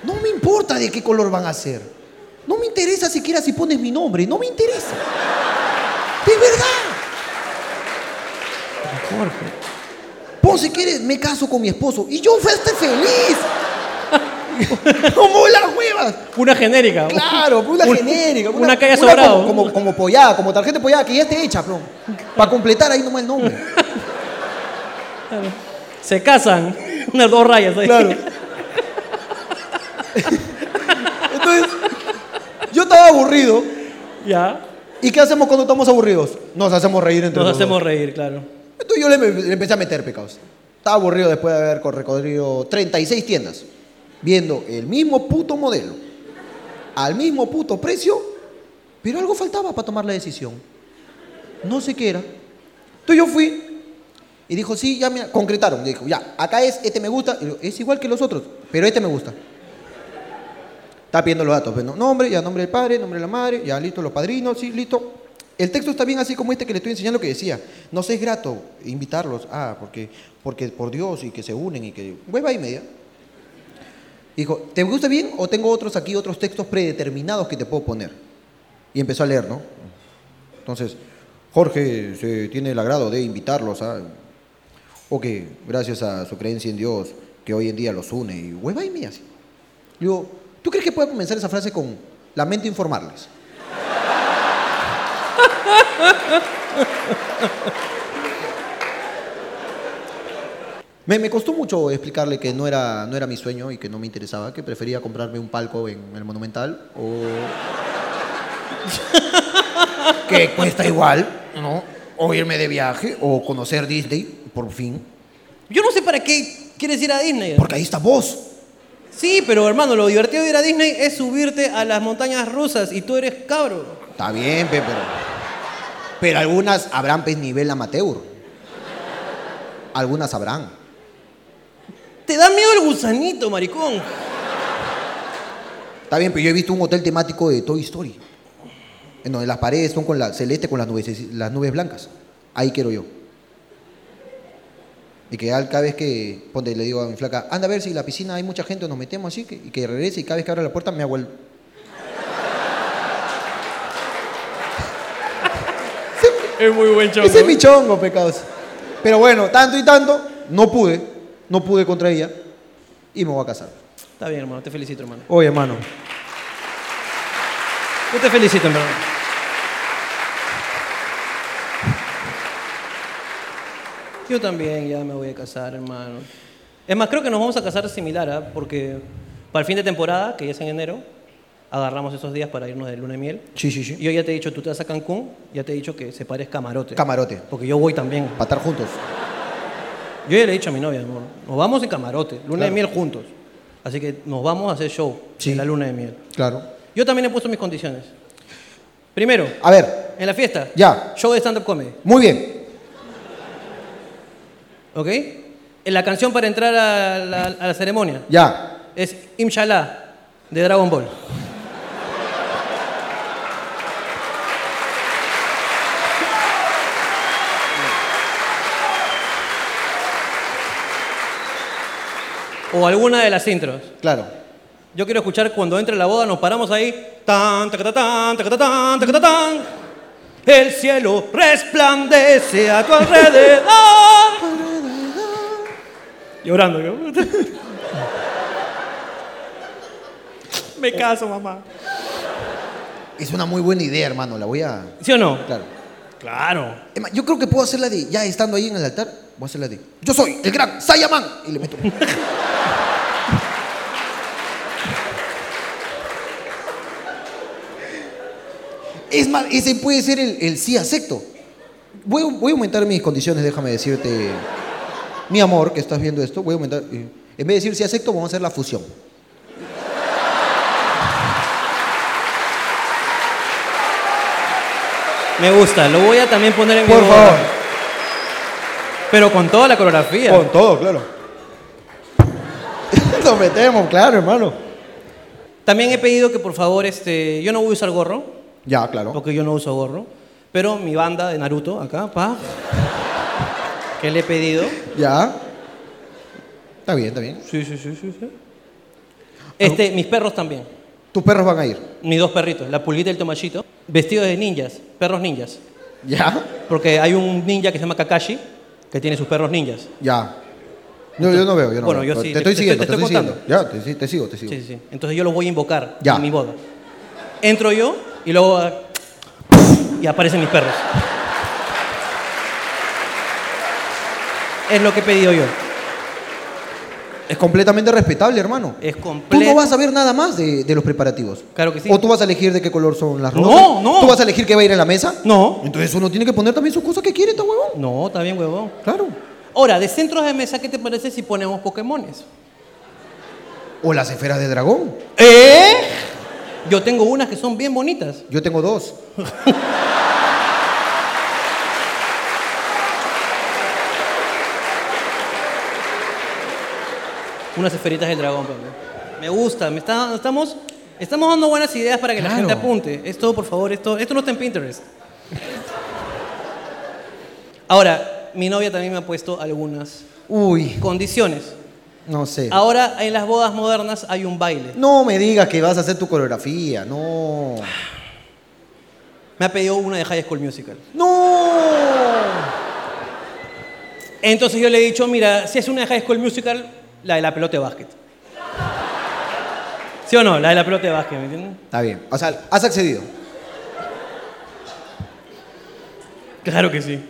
No me importa de qué color van a ser. No me interesa siquiera si pones mi nombre. No me interesa. De verdad. Jorge. Pon si quieres, me caso con mi esposo. Y yo esté feliz. Como las huevas. Una genérica. Claro, pues una genérica. Una, que haya sobrado. Como, como, como pollada, como tarjeta pollada, que ya esté hecha, pues, Para completar ahí nomás el nombre. Se casan. Unas dos rayas ahí. Entonces, yo estaba aburrido. ya. ¿Y qué hacemos cuando estamos aburridos? Nos hacemos reír entre Nos los hacemos dos. reír, claro. Entonces yo le, le empecé a meter pecados. Estaba aburrido después de haber co- recorrido 36 tiendas, viendo el mismo puto modelo, al mismo puto precio, pero algo faltaba para tomar la decisión. No sé qué era. Entonces yo fui y dijo, sí, ya mira, concretaron. Dijo, ya, acá es, este me gusta, Y yo, es igual que los otros, pero este me gusta. pues, Está pidiendo los datos, bueno, nombre, ya nombre del padre, nombre de la madre, ya listo, los padrinos, sí, listo. El texto está bien así como este que le estoy enseñando que decía. No es grato invitarlos. Ah, porque, porque por Dios y que se unen y que. Hueva y media. Dijo, ¿te gusta bien o tengo otros aquí, otros textos predeterminados que te puedo poner? Y empezó a leer, ¿no? Entonces, Jorge se tiene el agrado de invitarlos a. O que gracias a su creencia en Dios, que hoy en día los une. Y hueva y media así. Digo, ¿tú crees que pueda comenzar esa frase con lamento informarles? Me, me costó mucho explicarle que no era, no era mi sueño y que no me interesaba, que prefería comprarme un palco en el Monumental o. que cuesta igual, ¿no? O irme de viaje o conocer Disney, por fin. Yo no sé para qué quieres ir a Disney. Porque ahí está vos. Sí, pero hermano, lo divertido de ir a Disney es subirte a las montañas rusas y tú eres cabro. Está bien, pe, pero. Pero algunas habrán pues, nivel amateur. Algunas habrán. Te da miedo el gusanito, maricón. Está bien, pero yo he visto un hotel temático de Toy Story. En donde las paredes son con la celeste con las nubes, las nubes blancas. Ahí quiero yo. Y que al- cada vez que, ponte, le digo a mi flaca, anda a ver si en la piscina hay mucha gente, nos metemos así, que- y que regrese y cada vez que abra la puerta me hago el... Es muy buen chongo. Ese es mi chongo, pecados. Pero bueno, tanto y tanto, no pude, no pude contra ella y me voy a casar. Está bien, hermano, te felicito, hermano. Oye, hermano, Yo te felicito, hermano. Yo también ya me voy a casar, hermano. Es más, creo que nos vamos a casar similar, ¿ah? porque para el fin de temporada, que ya es en enero, agarramos esos días para irnos de luna de miel. sí, sí, sí. Yo ya te he dicho, tú te vas a Cancún, ya te he dicho que separes camarote. Camarote, porque yo voy también. para estar juntos. Yo ya le he dicho a mi novia, amor, nos vamos en camarote, luna de Claro. miel juntos. Así que nos vamos a hacer show Sí. en la luna de miel. Claro. Yo también he puesto mis condiciones. Primero, A ver, en la fiesta, Ya. show de stand-up comedy, muy bien. ¿ok? En la canción para entrar a la, a la ceremonia Ya. es Inshallah de Dragon Ball. O alguna de las intros. Claro. Yo quiero escuchar cuando entre la boda, nos paramos ahí. Tan, tacatatán, tacatatán, tacatatán. El cielo resplandece a tu alrededor. Llorando, ¿no? Me caso, mamá. Es una muy buena idea, hermano, la voy a... ¿Sí o no? Claro. Claro. Es más, yo creo que puedo hacer la de, ya estando ahí en el altar, voy a hacer la de, yo soy el gran Sayaman. Y le meto. es más, ese puede ser el, el sí acepto. Voy, a- voy a aumentar mis condiciones, déjame decirte, mi amor, que estás viendo esto, voy a aumentar. eh, En vez de decir sí acepto, vamos a hacer la fusión. Me gusta. Lo voy a también poner en mi Por boda. favor. Pero con toda la coreografía. todo, claro. Nos metemos, claro, hermano. También he pedido que por favor, este, yo no voy a usar gorro. Ya, claro. Porque yo no uso gorro. Pero mi banda de Naruto, acá, pa. Que le he pedido. Ya. Está bien, está bien. Sí, sí, sí, sí, sí. Este, mis perros también. Tus perros van a ir. Mis dos perritos, la pulguita y el tomachito. Vestidos de ninjas, perros ninjas. ¿Ya? Porque hay un ninja que se llama Kakashi, que tiene sus perros ninjas. Ya. Yo, yo no veo, yo no Bueno, veo. yo sí, Te te- estoy te siguiendo, te estoy- estoy, te estoy siguiendo. Ya, te, sí, te sigo, te Sí, sigo. sí, sí. Entonces yo los voy a invocar Ya. en mi boda. Entro yo y luego. ah, Y aparecen mis perros. Es lo que he pedido yo. Es completamente respetable, hermano. Es Tú completo. no vas a ver nada más de, de los preparativos. Eh, Claro que sí. O tú vas a elegir de qué color son las No, rosas. no. Tú vas a elegir qué va a ir en la mesa. No. Entonces uno tiene que poner también sus cosas que quiere, está huevón. No, está bien, huevón. Claro. Ahora, de centros de mesa, ¿qué te parece si ponemos Pokémones? O las esferas de dragón. ¿Eh? Yo tengo unas que son bien bonitas. Yo tengo dos. Unas esferitas del dragón, papi. Me gusta, me está- estamos, estamos dando buenas ideas para que la Claro. gente apunte. Esto, por favor, esto, esto no está en Pinterest. Ahora, mi novia también me ha puesto algunas Uy, condiciones. no sé. Ahora, en las bodas modernas hay un baile. No me digas que vas a hacer tu coreografía, no. Me ha pedido una de High School Musical. ¡No! Entonces yo le he dicho, mira, si es una de High School Musical, la de la pelota de básquet. ¿Sí o no? La de la pelota de básquet, ¿me entiendes? Está bien, o sea, has accedido. Claro que sí.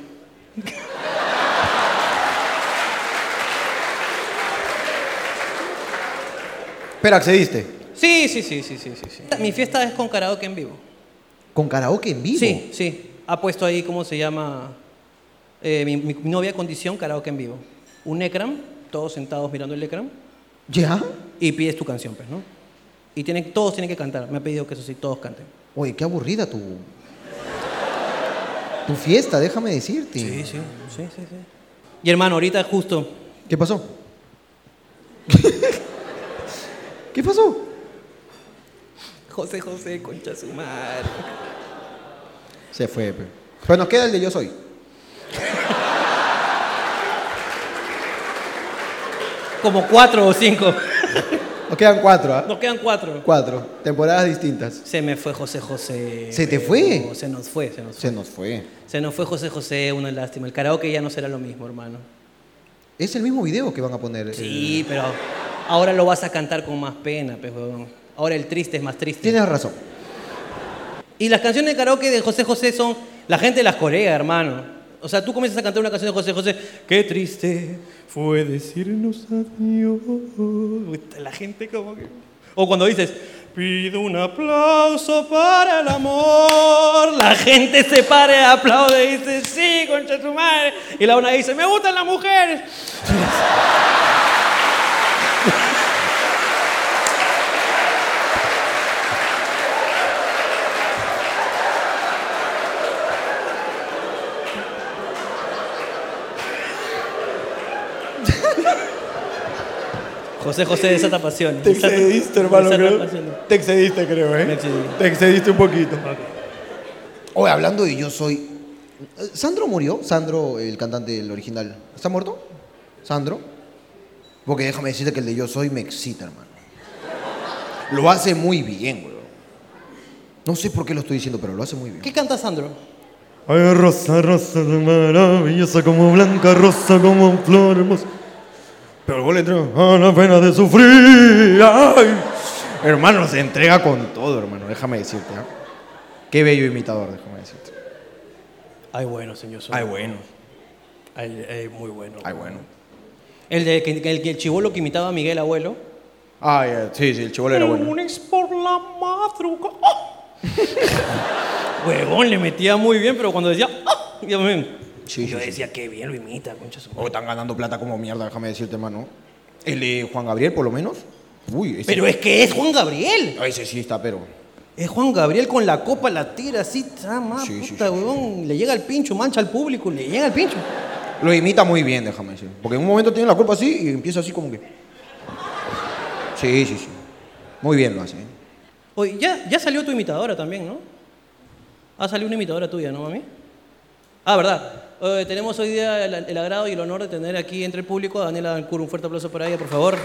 Pero accediste. Sí, sí, sí, sí, sí, sí. sí. Mi fiesta es con karaoke en vivo. Con karaoke en vivo. Sí, sí. Ha puesto ahí, ¿cómo se llama? Eh, mi, mi novia condición, karaoke en vivo. Un ecran, todos sentados mirando el ecran, ¿Ya? y pides tu canción, pues, ¿no? Y tienen, todos tienen que cantar. Me ha pedido que eso sí, todos canten. Oye, qué aburrida tu. Tu fiesta, déjame decirte. sí, sí, sí, sí. sí. Y hermano, ahorita justo ¿Qué pasó? ¿Qué pasó? José José, concha su madre. Se fue, pe. pero nos queda el de yo soy. Como cuatro o cinco. Nos quedan cuatro, ¿ah? Nos quedan cuatro. Cuatro, temporadas distintas. Se me fue José José. ¿Se te pero fue? Se nos fue, se nos fue. Se nos fue. Se nos fue José José, una lástima. El karaoke ya no será lo mismo, hermano. Es el mismo video que van a poner. Sí, pero ahora lo vas a cantar con más pena, pues, huevón. Ahora el triste es más triste. Tienes razón. Y las canciones de karaoke de José José son. La gente las corea, hermano. O sea, tú comienzas a cantar una canción de José José. Qué triste fue decirnos adiós. Puta, La gente como que. O cuando dices. Pido un aplauso para el amor. La gente se para, aplaude y dice, sí, concha tu madre. Y la una dice, me gustan las mujeres. José José desata pasión. Te Desata- excediste, hermano, desata creo. pasión. Te excediste, creo, ¿eh? Me excedí. Te excediste un poquito. Oye, hablando de yo soy. ¿Sandro murió? Sandro, el cantante del original. ¿Está muerto? ¿Sandro? Porque déjame decirte que el de yo soy me excita, hermano. Lo hace muy bien, weón. No sé por qué lo estoy diciendo, pero lo hace muy bien. ¿Qué canta Sandro? Ay, rosa, rosa, maravillosa como blanca rosa, como flor hermosa. Pero el gol entró a la pena de sufrir. Ay. Hermano, se entrega con todo, hermano, déjame decirte. ¿ah? Qué bello imitador, déjame decirte. Ay, bueno, señor. Soy. bueno. Ay, ay, muy bueno. Ay, bueno. El de que- que el, que el chivolo que imitaba a Miguel Abuelo. Ay, eh, sí, sí, el chivolo era bueno. lunes por la madrugada. ¡Oh! Huevón, le metía muy bien, pero cuando decía. "Ah", ya me- Sí, yo sí, sí. decía, qué bien lo imita, concha su Oh, madre". están ganando plata como mierda, déjame decirte, hermano. El de Juan Gabriel, por lo menos. Uy, ese, Pero es que es Juan Gabriel. Ah, ese sí está, pero. Es Juan Gabriel con la copa, la tira así, trama, Sí, sí, puta, sí, sí. huevón. Le llega al pincho, mancha al público, le llega al pincho. Lo imita muy bien, déjame decir. Porque en un momento tiene la culpa así y empieza así como que. Sí, sí, sí. Muy bien lo hace. ¿eh? Oye, ya, ya salió tu imitadora también, ¿no? Ha salido una imitadora tuya, ¿no, mami? Ah, verdad. Eh, tenemos hoy día el, el agrado y el honor de tener aquí entre el público a Daniela Dancur. Un fuerte aplauso para ella, por favor.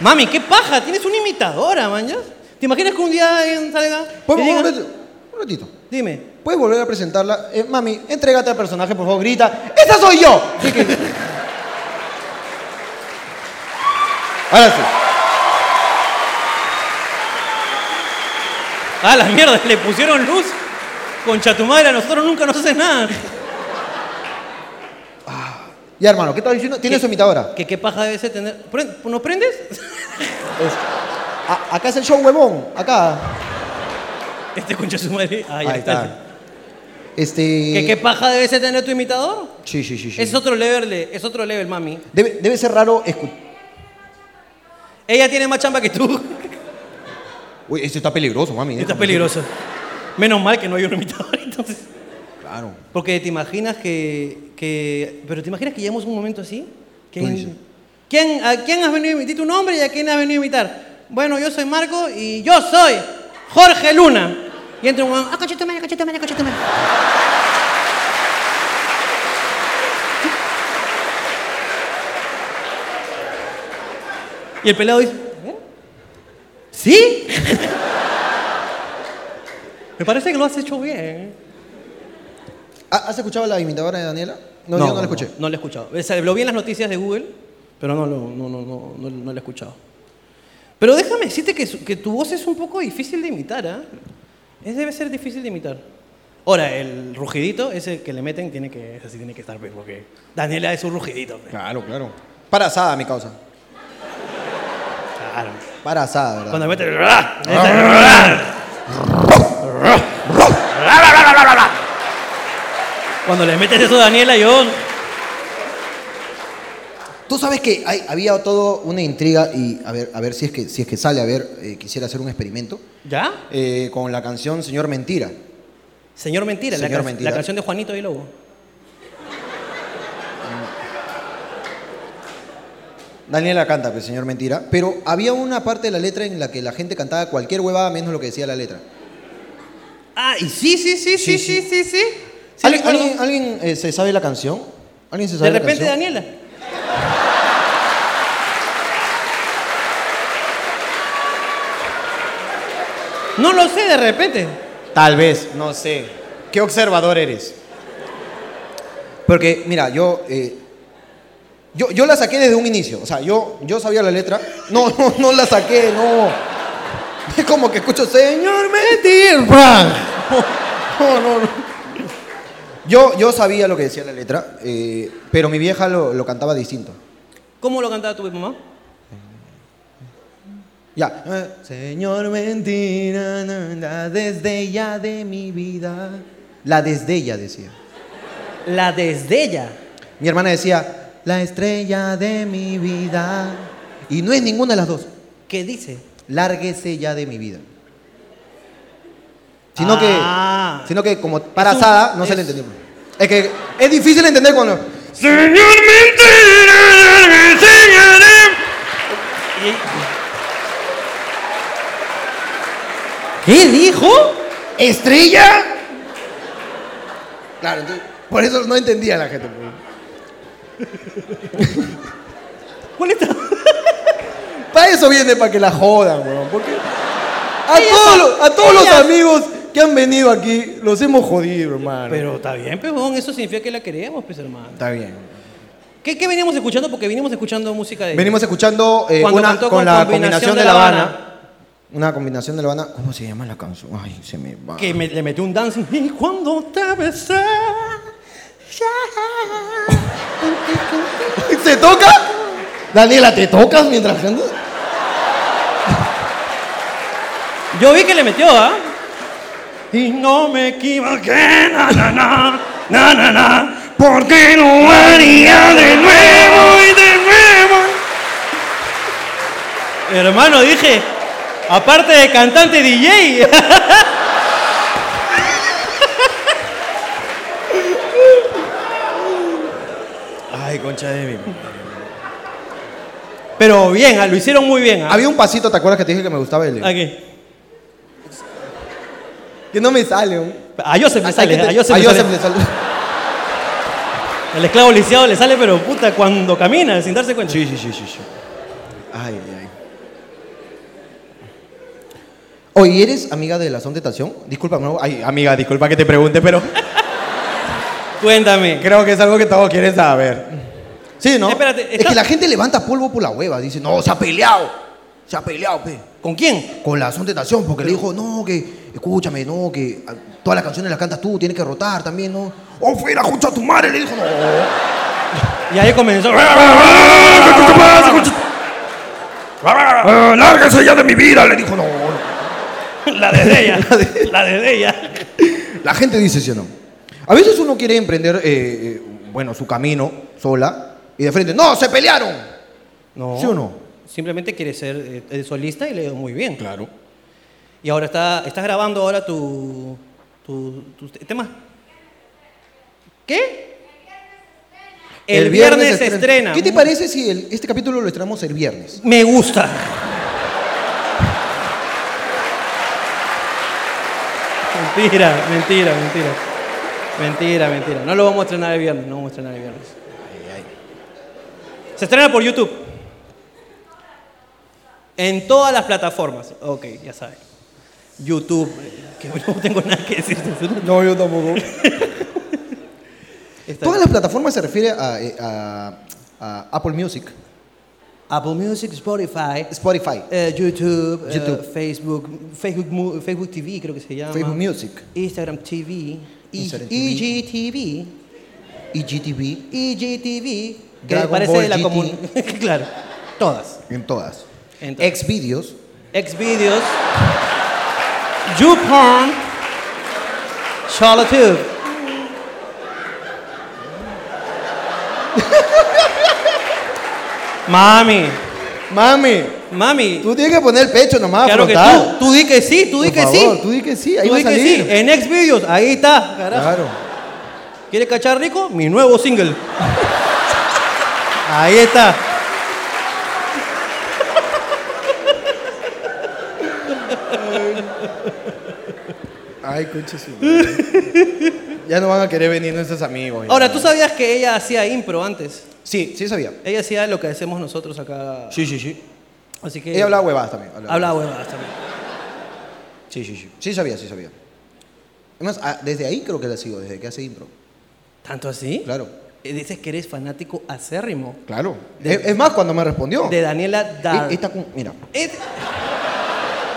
Mami, qué paja, tienes una imitadora, manjas. ¿Te imaginas que un día alguien salga? y ¿Puedo- diga- un ratito? Un ratito. Dime. ¿Puedes volver a presentarla? Eh, mami, entrégate al personaje, por favor, grita. ¡Esa soy yo! Así que- Ahora sí. Ah, la mierda, le pusieron luz. Concha tu madre, a nosotros nunca nos hacen nada. Ya, hermano, ¿qué estás diciendo? Tiene ¿Qué? su imitadora. ¿Qué, qué paja debe ser tener? ¿Pren- ¿Nos prendes? A- acá es el show huevón. Acá. Este concha su madre. Ah, ya Ahí está. está. Este. ¿Qué, qué paja debe ser tener tu imitador? Sí, sí, sí. sí. Es otro level, de- es otro level, mami. Debe, debe ser raro escuchar. Ella tiene más chamba que tú. Uy, esto está peligroso, mami. Está déjame peligroso. Menos mal que no hay un imitador, entonces. decirte. Claro. Porque te imaginas que, que- Pero te imaginas que lleguemos a un momento así. Tú dices. ¿Quién, ¿quién, ¿A quién has venido a imitar? Di tu nombre y a quién has venido a imitar? Bueno, yo soy Marco y yo soy Jorge Luna. Y entra un huevón, ah, concha tu madre, concha tu madre, concha tu madre". Y el pelado dice, "¿Eh? ¿sí? Me parece que lo has hecho ¿Ha- bien. Ah, ¿Has escuchado a la imitadora de Daniela? No, yo no la escuché. No, lo he escuchado. O sea, lo vi en las noticias de Google, pero no lo no, no, no, no, no lo he escuchado. Pero déjame decirte que, su- que tu voz es un poco difícil de imitar, ¿ah? Es- Debe ser difícil de imitar. Ahora, el rugidito, ese que le meten, tiene que, ese sí tiene que estar, pues, porque Daniela es un rugidito. pues. Claro, claro. Para asada, mi causa. Claro. Para asada, ¿verdad? Cuando ¡ah! mete... Cuando le metes eso a Daniela, yo... Tú sabes que hay- había todo una intriga y a ver, a ver si es que si es que sale, a ver, eh, quisiera hacer un experimento ¿Ya? eh, con la canción Señor Mentira. Señor Mentira, la, Señor can- Mentira. la canción de Juanito y Lobo. Daniela canta, pues, Señor Mentira, pero había una parte de la letra en la que la gente cantaba cualquier huevada menos lo que decía la letra. Ah, y sí, sí, sí, Sí, sí, sí, sí. sí, sí. Sí, ¿Alguien, recuerdo. alguien- alguien, eh, se sabe la canción? ¿Alguien se sabe la de repente, canción? Daniela. No lo sé, de repente. Tal vez, no sé. ¿Qué observador eres? Porque, mira, yo, eh, yo, yo la saqué desde un inicio. O sea, yo, yo sabía la letra. No, no, no la saqué, no. Es como que escucho, señor mentir. No, no, no. Yo, yo sabía lo que decía la letra, eh, pero mi vieja lo, lo cantaba distinto. ¿Cómo lo cantaba tu mamá? Ya. eh, Señor mentira, na, la desdella de mi vida. La desdella decía. La desdella. Mi hermana decía, la estrella de mi vida. Y no es ninguna de las dos. ¿Qué dice? Lárguese ya de mi vida. Sino Ah. que, sino que como para Es un- asada, no se le es- entendió. Es que es difícil entender cuando. Señor mentira, señor ¿Qué dijo? ¿Estrella? Claro, entonces, por eso no entendía la gente. pues. ¿Cuál está? Para eso viene, para que la jodan, weón. Porque a Ellas todos, son- los, a todos los ellas- amigos que han venido aquí, los hemos jodido, hermano. Pero está bien, pebón. Eso significa que la queremos, pues, hermano. Está bien. ¿Qué, qué veníamos escuchando? Porque veníamos escuchando música de... Venimos escuchando eh, Cuando una cantó con, con la Combinación combinación de de La La Habana. Habana. Una combinación de La Habana. ¿Cómo se llama la canción? Ay, se me va. Que me- le metió un dancing. Y cuando te besé. ya. ¿Se toca? Daniela, ¿te tocas mientras cantas? Yo vi que le metió, ¿ah? Y no me equivoqué. na, na, na, na, na, na. ¿Por qué no haría de nuevo y de nuevo? Hermano, dije. Aparte de cantante DJ. Ay, concha de mi. Pero bien, ah, lo hicieron muy bien. ¿ah? Había un pasito, ¿te acuerdas que te dije que me gustaba el Aquí. Que no me sale, weón. A Joseph le sale. A Joseph A le Joseph sale. le sale. El esclavo lisiado le sale, pero puta, cuando camina, sin darse cuenta. Sí, sí, sí, sí, sí. Ay, ay. Oye, ¿eres amiga de la Son Tentación? Disculpa, no. Ay, amiga, disculpa que te pregunte, pero Cuéntame. creo que es algo que todos quieren saber. Sí, ¿no? Espérate, Es está- que la gente levanta polvo por la hueva. Dice, no, se ha peleado. Se ha peleado, pe. ¿Con quién? Con la Son Tentación, porque le dijo, no, que, escúchame, no, que ah, todas las canciones las cantas tú, tienes que rotar también, ¿no? Oh, fuera, escucha a tu madre, le dijo, no. Y ahí comenzó. Ah, Lárgase ya de mi vida, le dijo. Dijo, no, no. La desdella. La desdella. La gente dice sí o no. A veces uno quiere emprender, eh, eh, bueno, su camino sola y de frente, ¡no, se pelearon! No. ¿Sí o no? Simplemente quiere ser eh, eh, solista y le ha ido muy bien. Claro. Y ahora está, estás grabando ahora tu, tu, tus te- temas. ¿Qué? El, viernes, se estrena. ¿Qué te parece si el- este capítulo lo estrenamos el viernes? Me gusta. mentira, mentira, mentira. Mentira, mentira. No lo vamos a estrenar el viernes, no vamos a estrenar el viernes. Se estrena por YouTube. En todas las plataformas. Ok, ya saben. YouTube. eh, Que no tengo nada que decir. No, yo tampoco. Está Todas bien. las plataformas se refiere a, eh, a- a Apple Music, Apple Music, Spotify, Spotify, eh, YouTube, eh, YouTube. Facebook, Facebook, Mu- Facebook TV creo que se llama. Facebook Music, Instagram TV, E- Instagram TV. EGTV, IGTV, EGTV, que Dragon parece Ball de la GT. comunidad. claro, todas. en todas. Entonces- Xvideos, Xvideos, YouPorn, Charlotube. Mami, Mami, mami, tú tienes que poner el pecho nomás, claro que frontal. tú, tú di que sí, tú di Por que favor, sí. Tú di que sí, ahí Tú va a di que salir. sí, en Xvideos, ahí está, carajo. Claro. ¿Quieres cachar rico? Mi nuevo single. Ahí está. Ay, concha su Ya no van a querer venir nuestros amigos. Ahora, ¿tú sabías que ella hacía impro antes? Sí, sí sabía. Ella hacía lo que hacemos nosotros acá. Sí, sí, sí. Así que... Ella hablaba huevadas también. hablaba Hablaba huevadas también. Sí, sí, sí. Sí sabía, sí sabía. Además, ah, desde ahí creo que la sigo, desde que hace impro. ¿Tanto así? Claro. Eh, Dices que eres fanático acérrimo Claro. es, es más, cuando me respondió. de Daniela E- Dan. esta cu- mira. Es-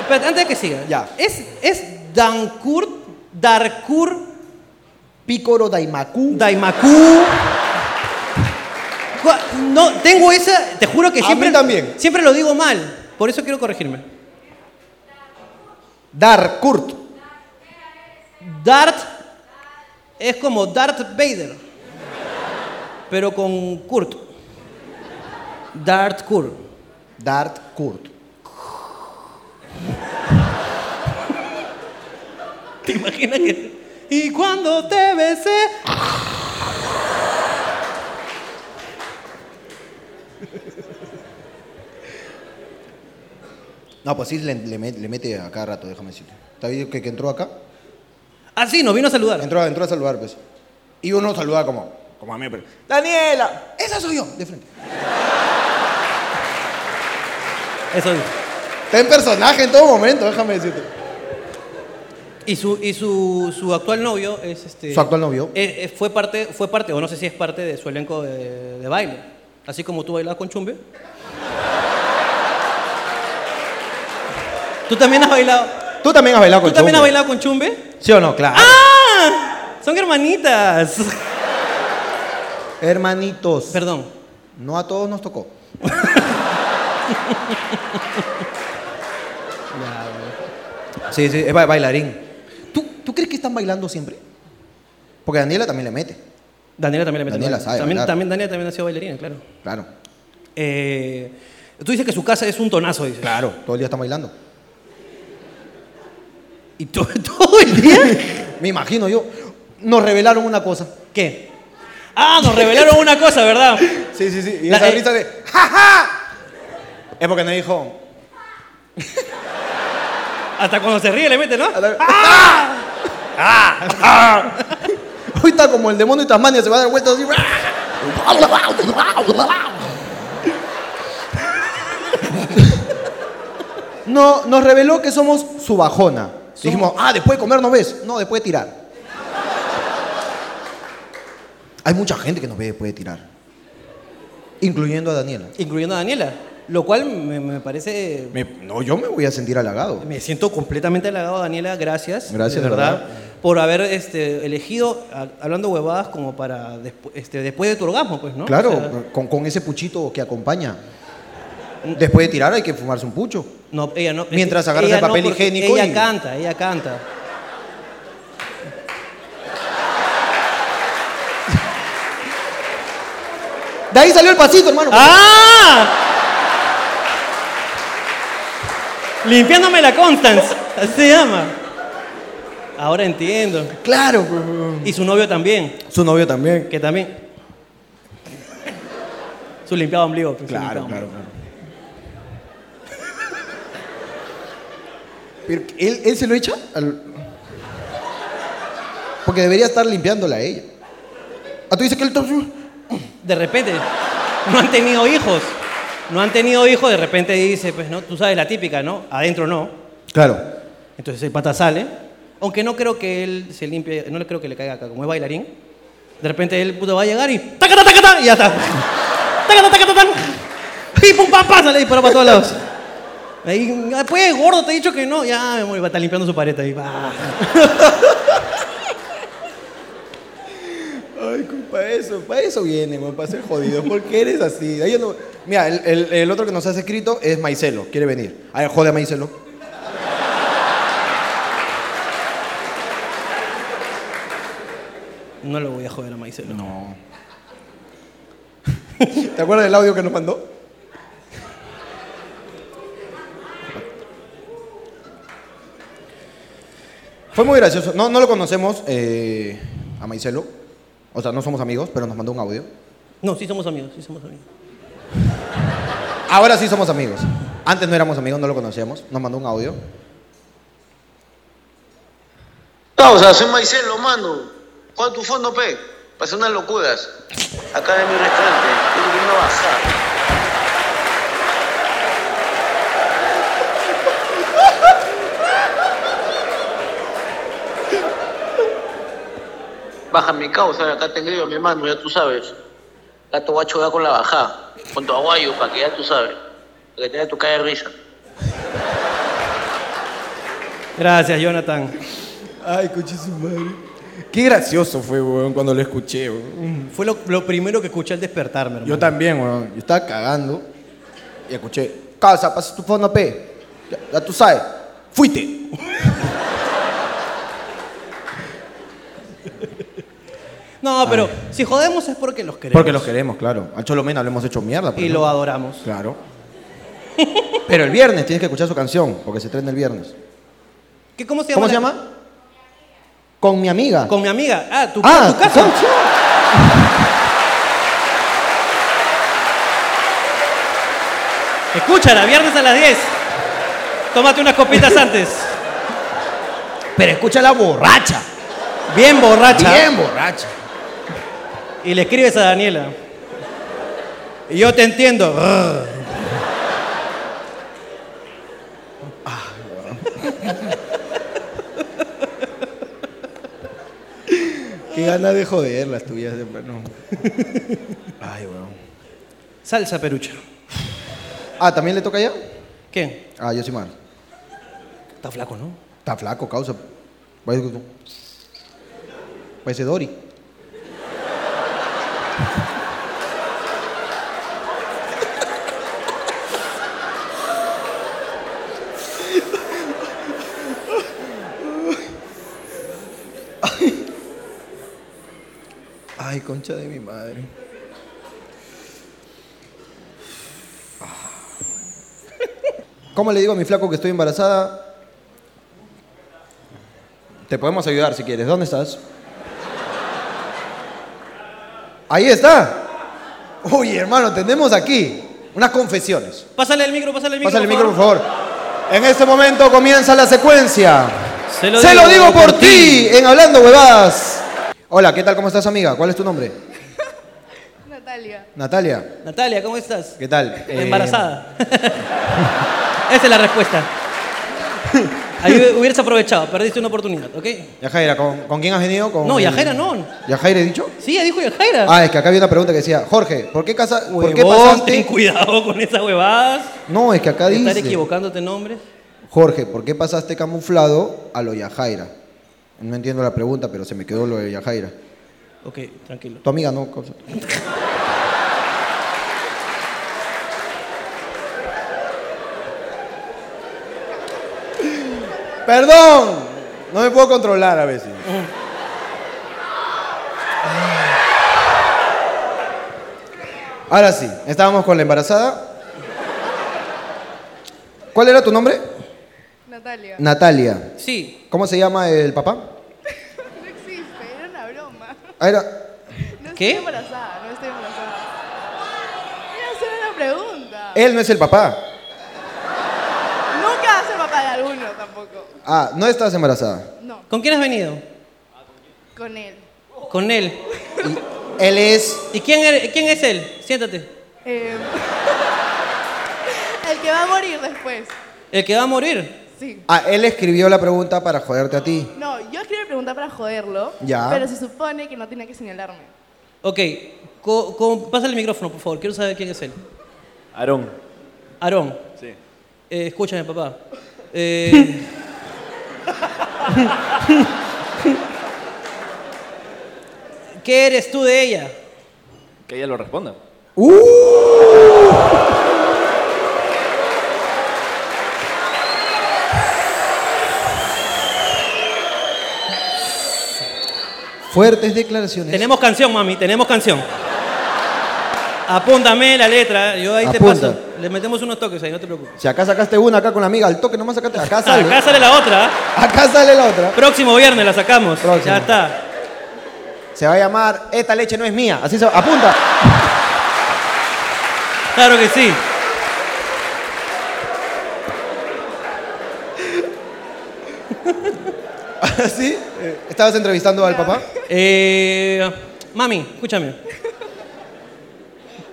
Espérate, antes de que siga. Ya. ¿Es, es Dancur, Darkur, Pícoro Daimaku. Daimaku? Cua- No, tengo esa, te juro que A siempre, mí también. siempre lo digo mal. Por eso quiero corregirme. Darkurt. Dart es como Darth Vader, pero con Kurt. Dart Kurt. Dartkurt. ¿Te imaginas que.? Y cuando te besé. No, pues sí, le, le met- le mete a cada rato, déjame decirte. ¿Está bien que, que entró acá? Ah, sí, nos vino a saludar. Entró, entró a saludar, pues. Y uno saluda como, como a mí, pero. ¡Daniela! ¡Esa soy yo! De frente. Eso es. Está en personaje en todo momento, déjame decirte. Y su, y su, su actual novio es este. Su actual novio. eh, eh, fue, parte, fue parte, o no sé si es parte de su elenco de, de baile. Así como tú bailabas con Chumbe. ¿Tú también has bailado? Tú también has bailado ¿Tú con también has Chumbe. bailado con Chumbe? ¿Sí o no? Claro. ¡Ah! Son hermanitas. Hermanitos. Perdón. No a todos nos tocó. sí, sí, es ba- bailarín. ¿Tú, tú crees que están bailando siempre? Porque Daniela también le mete, Daniela también le mete Daniela mano. sabe también, bailar. también Daniela también ha sido bailarina, claro. claro. Eh, tú dices que su casa es un tonazo, dices. Claro, todo el día están bailando. ¿Y to- todo el día? Me imagino yo. Nos revelaron una cosa. ¿Qué? Ah, nos revelaron una cosa, ¿verdad? Sí, sí, sí. Y La- esa eh. risa de ¡Ja, ja! Es porque no dijo. Hasta cuando se ríe le mete, ¿no? Hoy está como el demonio de Tasmania, se va a dar vueltas así. No, nos reveló que somos su bajona. Dijimos, ah, después de comer no ves. No, después de tirar. Hay mucha gente que nos ve después de tirar. Incluyendo a Daniela. Incluyendo a Daniela. Lo cual me, me parece. Me- no, yo me voy a sentir halagado. Me siento completamente halagado, Daniela. Gracias. Gracias, de verdad. ¿verdad? Por haber este, elegido, a- hablando huevadas, como para despu- este, después de tu orgasmo, pues, ¿no? Claro, O sea, con, con ese puchito que acompaña. Después de tirar hay que fumarse un pucho. No, ella no. Mientras es que agarras ella el papel porque higiénico Ella y- canta, ella canta. De ahí salió el pasito, hermano. ¡Ah! Limpiándome la Constance. Así se llama. Ahora entiendo. Claro. pues. Y su novio también, Su novio también. que también. Su limpiado ombligo. pues, su Claro, claro, limpiado ombligo. claro. Pero, ¿él, él se lo echa? al- Porque debería estar limpiándola ella. Ah, tú dices que el top. De repente, no han tenido hijos. No han tenido hijos, de repente dice, pues no, tú sabes la típica, ¿no? Adentro no. Claro. Entonces el pata sale. Aunque no creo que él se limpie, no le creo que le caiga acá, como es bailarín. De repente él puto va a llegar y ¡tacata, tacata! Y ya está. ¡Tacata, tacata, tacata! ¡Pim, pum, pam, pam! Sale disparado para todos lados. Ahí, "Ah, pues, gordo, te he dicho que no. Ya, me voy, va a estar limpiando su pared ahí. Ah. va. Ay, para eso, para eso viene, man, para ser jodido. ¿Por qué eres así? Ahí yo no- Mira, el, el- el otro que nos has escrito es Maicelo, quiere venir. A ver, jode a Maicelo. No lo voy a joder a Maicelo. No. ¿Te acuerdas del audio que nos mandó? Fue muy gracioso. No, no lo conocemos eh, a Maicelo. O sea, no somos amigos, pero nos mandó un audio. No, sí somos amigos, sí somos amigos. Ahora sí somos amigos. Antes no éramos amigos, no lo conocíamos. Nos mandó un audio. Causa, soy Maicelo, mano. ¿Cuál tu fondo, pe? Pasé unas locuras. Acá de mi restaurante. Tengo que irme a bajar. Baja mi causa, acá te envío, mi hermano, ya tú sabes. Acá te voy a chocar con la bajada. Con tu aguayo, para que ya tú sabes. Para que te dé tu calle de risa. Gracias, Jonathan. Ay, coche su madre. Qué gracioso fue, weón, cuando lo escuché, weón. Fue lo, lo primero que escuché al despertarme, hermano. Yo también, weón. Yo estaba cagando y escuché, casa, pasa tu fondo P. Ya, ya tú sabes, fuiste. No, pero si jodemos es porque los queremos. Porque los queremos, claro. Al Cholomena lo hemos hecho mierda. pero Y no. lo adoramos. Claro. Pero el viernes tienes que escuchar su canción, porque se estrena el viernes. ¿Qué, ¿Cómo se llama? ¿Cómo se la- llama? Con mi amiga. Con mi amiga. Ah, tu, ah, tu casa. canción. Escúchala, viernes a las 10. Tómate unas copitas antes. Pero escúchala borracha. Bien borracha. Bien borracha. Y le escribes a Daniela. Y yo te entiendo. Qué ganas de joder las tuyas, hermano. Ay, weón. Salsa perucha. Ah, ¿también le toca ya? ¿Quién? Ah, yo sí mal. Está flaco, ¿no? Está flaco, causa. Parece que- Parece Dory. Ay, concha de mi madre. ¿Cómo le digo a mi flaco que estoy embarazada? Te podemos ayudar si quieres. ¿Dónde estás? Ahí está. Uy, hermano, tenemos aquí unas confesiones. Pásale el micro, pásale el micro. Pásale el micro, por favor. En este momento comienza la secuencia. Se lo Se digo lo digo por por ti, en Hablando Huevadas. Hola, ¿qué tal? ¿Cómo estás, amiga? ¿Cuál es tu nombre? Natalia. Natalia. Natalia, ¿cómo estás? ¿Qué tal? Eh, Embarazada. Esa es la respuesta. Ahí hubieras aprovechado, perdiste una oportunidad, ¿ok? Eh, Yajaira, ¿con, con quién has venido? ¿Con... No, Yajaira no. ¿Yajaira he dicho? Sí, ya dijo Yajaira. Ah, es que acá había una pregunta que decía, Jorge, ¿por qué, casa... ¿por qué Huevón, pasaste? Ten cuidado con esas huevadas. No, es que acá dice. Estar equivocándote nombres. Jorge, ¿por qué pasaste camuflado a lo Yajaira? No entiendo la pregunta, pero se me quedó lo de Yajaira. Ok, tranquilo. Tu amiga no. cosa- Perdón, no me puedo controlar a veces. Ahora sí, estábamos con la embarazada. ¿Cuál era tu nombre? Natalia. Natalia. Sí, ¿Cómo se llama el papá? No existe, era una broma. Ah, era, No ¿Qué? estoy embarazada, no estoy embarazada. Voy a hacer una pregunta. él no es el papá. Nunca va a ser papá de alguno tampoco. Ah, no estás embarazada. No. ¿con quién has venido? con él. Con él. Él es. ¿Y quién, eres- quién es él? Siéntate. Eh, el que va a morir después. El que va a morir. Sí. Ah, él escribió la pregunta para joderte a ti. No, yo escribí la pregunta para joderlo, Ya. pero se supone que no tenía que señalarme. Ok, co- co- pásale el micrófono, por favor. Quiero saber quién es él. Aarón. Aarón, Sí. eh, escúchame, papá. Eh, ¿Qué eres tú de ella? Que ella lo responda. Fuertes declaraciones. Tenemos canción, mami, tenemos canción. Apúntame la letra, yo ahí Apunta. te paso. Le metemos unos toques ahí, no te preocupes. Si acá sacaste una acá con la amiga, al toque nomás sacaste. Acá sale. Acá sale la otra. ¿ah? Acá sale la otra. Próximo viernes la sacamos. Próximo. Ya está. Se va a llamar Esta leche no es mía. Así se va. Apunta. Claro que sí. ¿Sí? ¿Estabas entrevistando al papá? Eh, mami, escúchame.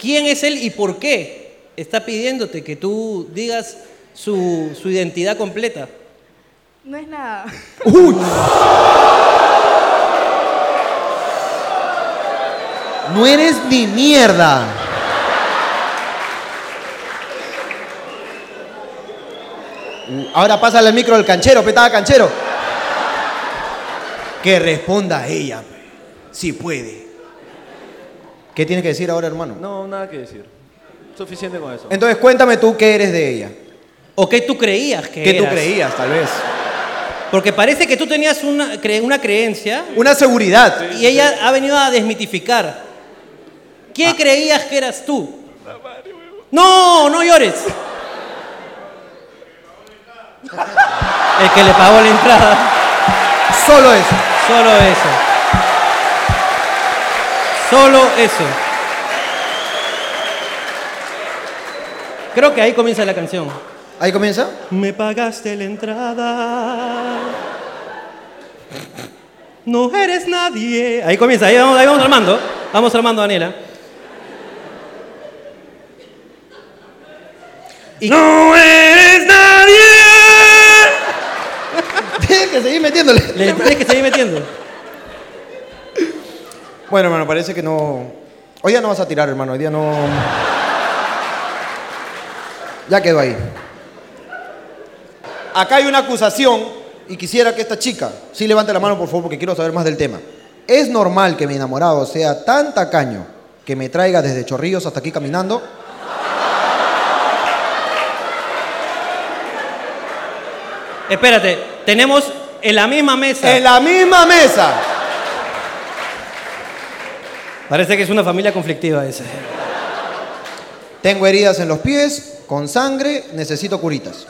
¿Quién es él y por qué está pidiéndote que tú digas su, su identidad completa? No es nada. No eres ni mierda. Uh, Ahora pásale el micro al canchero, petada canchero. Que responda ella, pe, si puede. ¿Qué tienes que decir ahora, hermano? No, nada que decir. Suficiente con eso. Entonces cuéntame tú qué eres de ella. ¿O qué tú creías que ¿Qué tú eras? creías, tal vez? Porque parece que tú tenías una, cre- una creencia Una seguridad. y ella ha venido a desmitificar. ¿Qué Ah. creías que eras tú? No, no llores. El que le pagó la entrada. Solo eso. Solo eso. Solo eso. Creo que ahí comienza la canción. Ahí comienza. Me pagaste la entrada. No eres nadie. Ahí comienza, ahí vamos, ahí vamos armando. Vamos armando, Daniela. ¡No eres nadie! Tienes que seguir metiéndole. Le tienes que seguir metiendo. Bueno, hermano, parece que no. Hoy día no vas a tirar, hermano. Hoy día no. Ya quedó ahí. Acá hay una acusación y quisiera que esta chica sí levante la mano, por favor, porque quiero saber más del tema. ¿Es normal que mi enamorado sea tan tacaño que me traiga desde Chorrillos hasta aquí caminando? Espérate, tenemos en la misma mesa. En la misma mesa. Parece que es una familia conflictiva esa. Tengo heridas en los pies, con sangre, necesito curitas.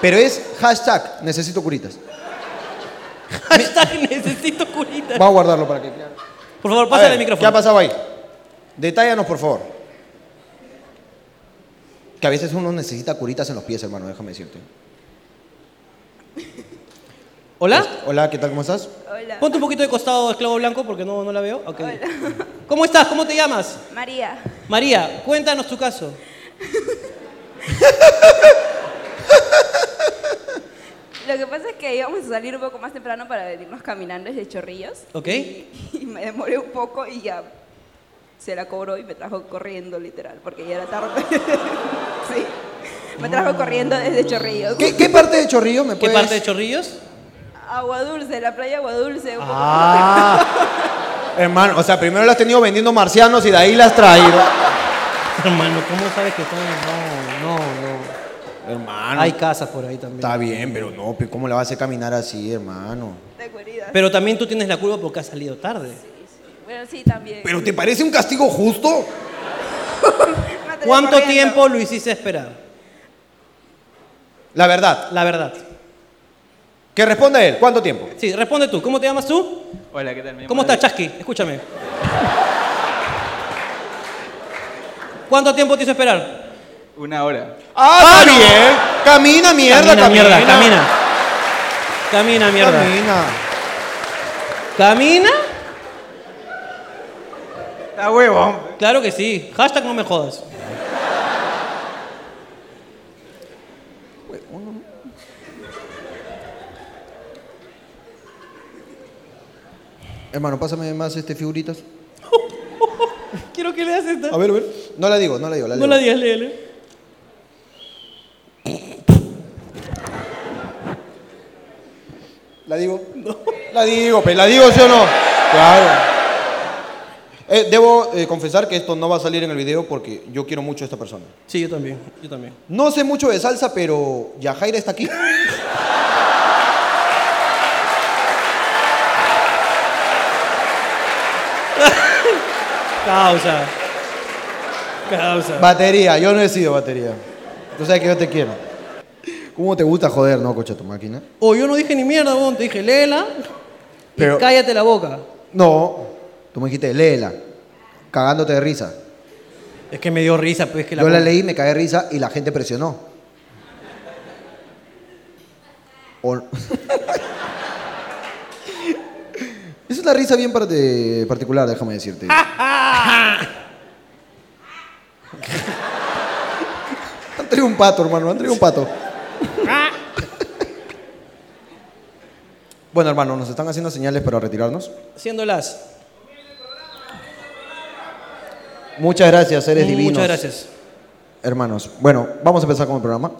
Pero es hashtag, necesito curitas. Hashtag necesito curita. Voy a guardarlo para que... Por favor, A pásale ver, el ¿Qué ha micrófono. pasado ahí? Detállanos, por favor. Que a veces uno necesita curitas en los pies, hermano, déjame decirte. ¿Hola? Hola, ¿qué tal? ¿Cómo estás? Hola. Ponte un poquito de costado, esclavo blanco, porque no, no la veo. Ok. ¿Cómo estás? ¿Cómo te llamas? María. María, cuéntanos tu caso. Lo que pasa es que íbamos a salir un poco más temprano para venirnos caminando desde Chorrillos. Ok. Y me demoré un poco y ya se la cobró y me trajo corriendo, literal, porque ya era tarde. sí. Me trajo corriendo desde Chorrillos. ¿Qué, qué parte de Chorrillo me ¿Qué puedes...? parte de Chorrillos? Agua dulce, la playa agua dulce. un poco- Ah, hermano, o sea, primero las has tenido vendiendo marcianos y de ahí las has traído. Hermano, ¿cómo sabes que están? No, no, Ah, no. hermano, Hay casas por ahí también. está bien, pero no, pe, ¿cómo la vas a hacer caminar así, hermano? Tengo heridas. Pero también tú tienes la culpa porque has salido tarde. Bueno, sí, también. ¿Pero te parece un castigo justo? Me atreví ¿Cuánto corriendo. tiempo lo hiciste esperar? La verdad, La verdad. que responda él, ¿cuánto tiempo? Sí, responde tú. ¿Cómo te llamas tú? Hola, ¿qué tal? Me llamo ¿Cómo estás, Alex. Chasqui? Escúchame. ¿Cuánto tiempo te hizo esperar? Una hora. Ah, está bien. Camina, mierda, camina. mierda, camina. Camina, mierda. Camina. ¿Camina? Está huevón. Claro que sí. Hashtag no me jodas. Hermano, pásame más este figuritas. Quiero que leas esta. A ver, a ver. No la digo, no la digo, la No digo. la digas, léele. ¿La digo? La digo, pe, ¿la digo sí o no? Claro. Eh, debo eh, confesar que esto no va a salir en el video porque yo quiero mucho a esta persona. Sí, yo también. Yo también. No sé mucho de salsa, pero Yajaira está aquí. Causa. Causa. Batería, yo no he sido batería. Tú sabes que yo te quiero. ¿Cómo te gusta joder, no, coche tu máquina? O Oh, yo no dije ni mierda, weón. Te dije, léela. Pero- Y cállate la boca. No, tú me dijiste, léela, cagándote de risa. Es que me dio risa, pues que la. Yo la leí, me cagué de risa y la gente presionó. O- es una risa bien parte- particular, déjame decirte. han traído un pato, hermano, han traído un pato. Ah. bueno, hermano, nos están haciendo señales para retirarnos. Haciéndolas. Muchas gracias, eres Mm, Muchas divinos. gracias. Hermanos, bueno, vamos a empezar con el programa.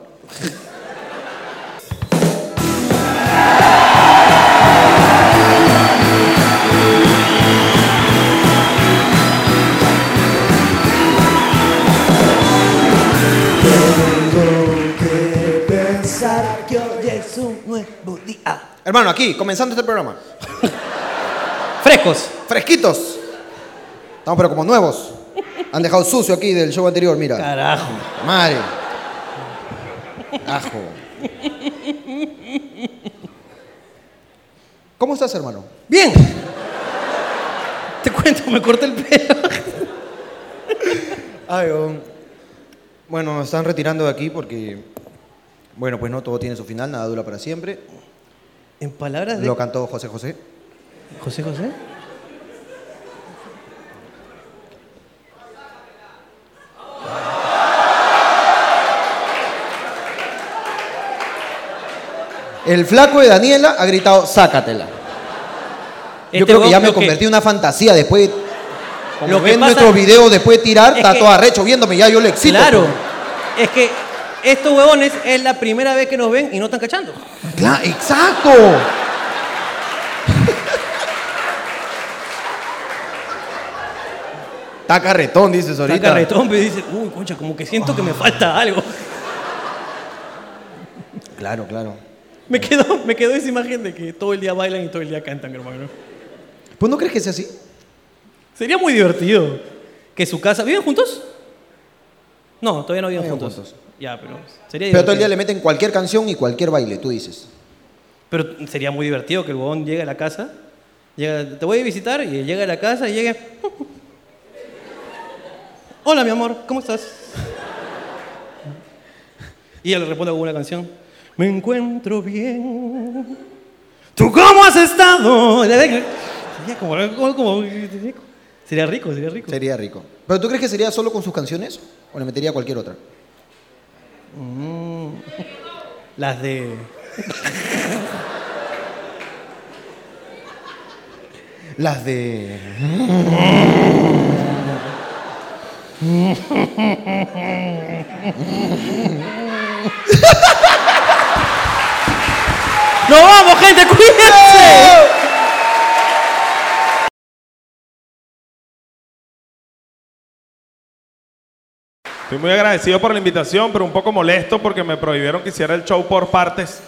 Hermano, aquí, comenzando este programa. Frescos. Fresquitos. Estamos pero como nuevos. Han dejado sucio aquí del show anterior, mira. Carajo. Madre. Ajo. ¿Cómo estás, hermano? Bien. Te cuento, me corté el pelo. Ay, um, bueno, nos están retirando de aquí porque, bueno, pues no, todo tiene su final, nada dura para siempre. En palabras de. Lo cantó José José. José José. El flaco de Daniela ha gritado, sácatela. Yo Este creo que weón ya me creo que- convertí en una fantasía después de... Como Lo que ven pasa- nuestros videos después de tirar, es está que- todo arrecho viéndome, ya yo le excito. claro. pues. Es que estos huevones es la primera vez que nos ven y no están cachando. Claro, exacto. Está carretón, dices ahorita. Saca retón y dice, uy, concha, como que siento que me falta algo. Claro, claro. Me quedó, me quedó esa imagen de que todo el día bailan y todo el día cantan, hermano. ¿Pues no crees que sea así? Sería muy divertido que su casa. ¿Viven juntos? No, todavía no viven Viven juntos. juntos. Ya, pero sería Pero todo el día le divertido. meten cualquier canción y cualquier baile, tú dices. Pero sería muy divertido que el huevón llegue a la casa. llega- te voy a visitar y llega a la casa y llegue. Hola, mi amor, ¿cómo estás? Y ella le responde con una canción. Me encuentro bien. ¿Tú cómo has estado? Sería como, como- como- sería rico, sería rico. Sería rico. ¿Pero tú crees que sería solo con sus canciones o le metería cualquier otra? Las de. Las de... ¡No vamos, gente! ¡Cuídense! Estoy muy agradecido por la invitación, pero un poco molesto porque me prohibieron que hiciera el show por partes.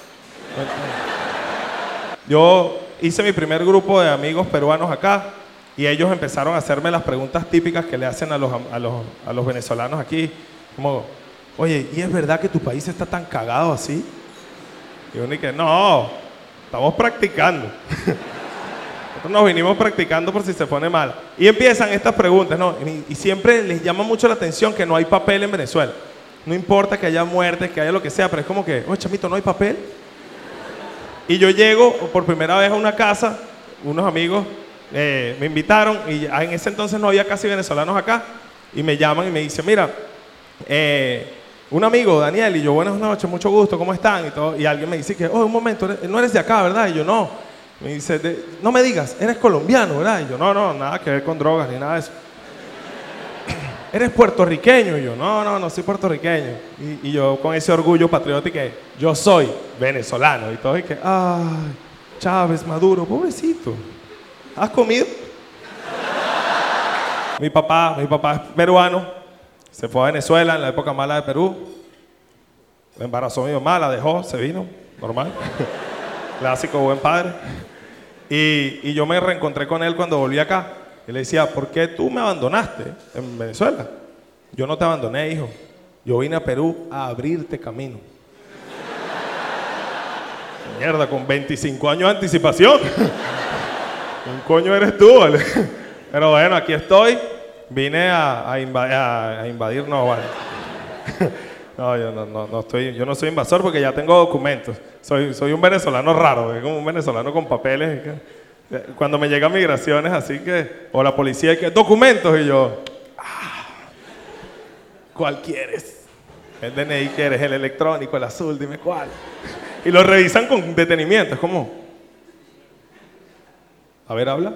Yo hice mi primer grupo de amigos peruanos acá y ellos empezaron a hacerme las preguntas típicas que le hacen a los, am- a los, a los venezolanos aquí. Como, oye, ¿y es verdad que tu país está tan cagado así? Y uno que no, estamos practicando. Nosotros nos vinimos practicando por si se pone mal. Y empiezan estas preguntas, ¿no? Y, y siempre les llama mucho la atención que no hay papel en Venezuela. No importa que haya muertes, que haya lo que sea, pero es como que, oye, chamito, no hay papel. Y yo llego por primera vez a una casa unos amigos eh, me invitaron y ya- en ese entonces no había casi venezolanos acá y me llaman y me dicen, mira, eh, un amigo, Daniel, y yo, buenas noches, mucho gusto, ¿cómo están? Y, todo, y alguien me dice que, oh, un momento, eres- no eres de acá, ¿verdad? Y yo, no. Me dice, "De- no me digas, eres colombiano, ¿verdad? Y yo, no, no, nada que ver con drogas ni nada de eso. ¿Eres puertorriqueño? Y yo, no, no, no soy puertorriqueño. Y, y yo con ese orgullo patriótico que yo soy venezolano. Y todo, y que, ay, Chávez, Maduro, pobrecito. ¿Has comido? mi papá, mi papá es peruano, se fue a Venezuela en la época mala de Perú. La embarazó mi mamá, la dejó, se vino, normal. Clásico buen padre. Y, y yo me reencontré con él cuando volví acá. Y le decía, ¿por qué tú me abandonaste en Venezuela? Yo no te abandoné, hijo. Yo vine a Perú a abrirte camino. Mierda, con 25 años de anticipación. ¿Quién coño eres tú, vale? Pero bueno, aquí estoy. Vine a, a inva- a- a invadir, no, vale. No, yo no, no, no estoy, yo no soy invasor porque ya tengo documentos. Soy, soy un venezolano raro, es como un venezolano con papeles. es que- eh, Cuando me llegan migraciones, así que, o la policía, que documentos, y yo, "Ah, ¿cuál quieres? El DNI quieres, el electrónico, el azul, dime cuál. Y lo revisan con detenimiento, es como, a ver, habla.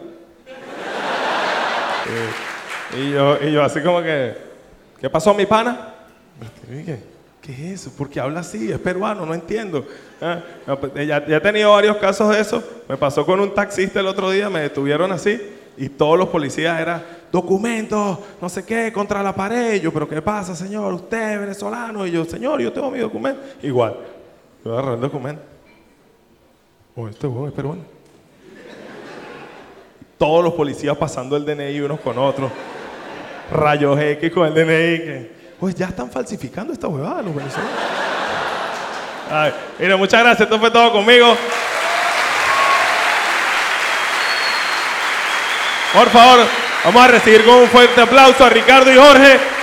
Eh, y, yo, y yo así como que, ¿qué pasó, mi pana? Y dije, ¿Qué es eso? ¿Por qué habla así? Es peruano, no entiendo. Ah, no, pues, eh, ya, ya he tenido varios casos de eso. Me pasó con un taxista el otro día, me detuvieron así y todos los policías eran documentos, no sé qué, contra la pared. Y yo, ¿pero qué pasa, señor? Usted es venezolano. Y yo, señor, yo tengo mi documento. Igual. Yo agarré el documento. Oh, este huevón es peruano todos los policías pasando el DNI unos con otros. Rayos X con el DNI. que, pues ya están falsificando esta huevada los venezolanos. Ay, mira, muchas gracias. Esto fue todo conmigo. Por favor, vamos a recibir con un fuerte aplauso a Ricardo y Jorge.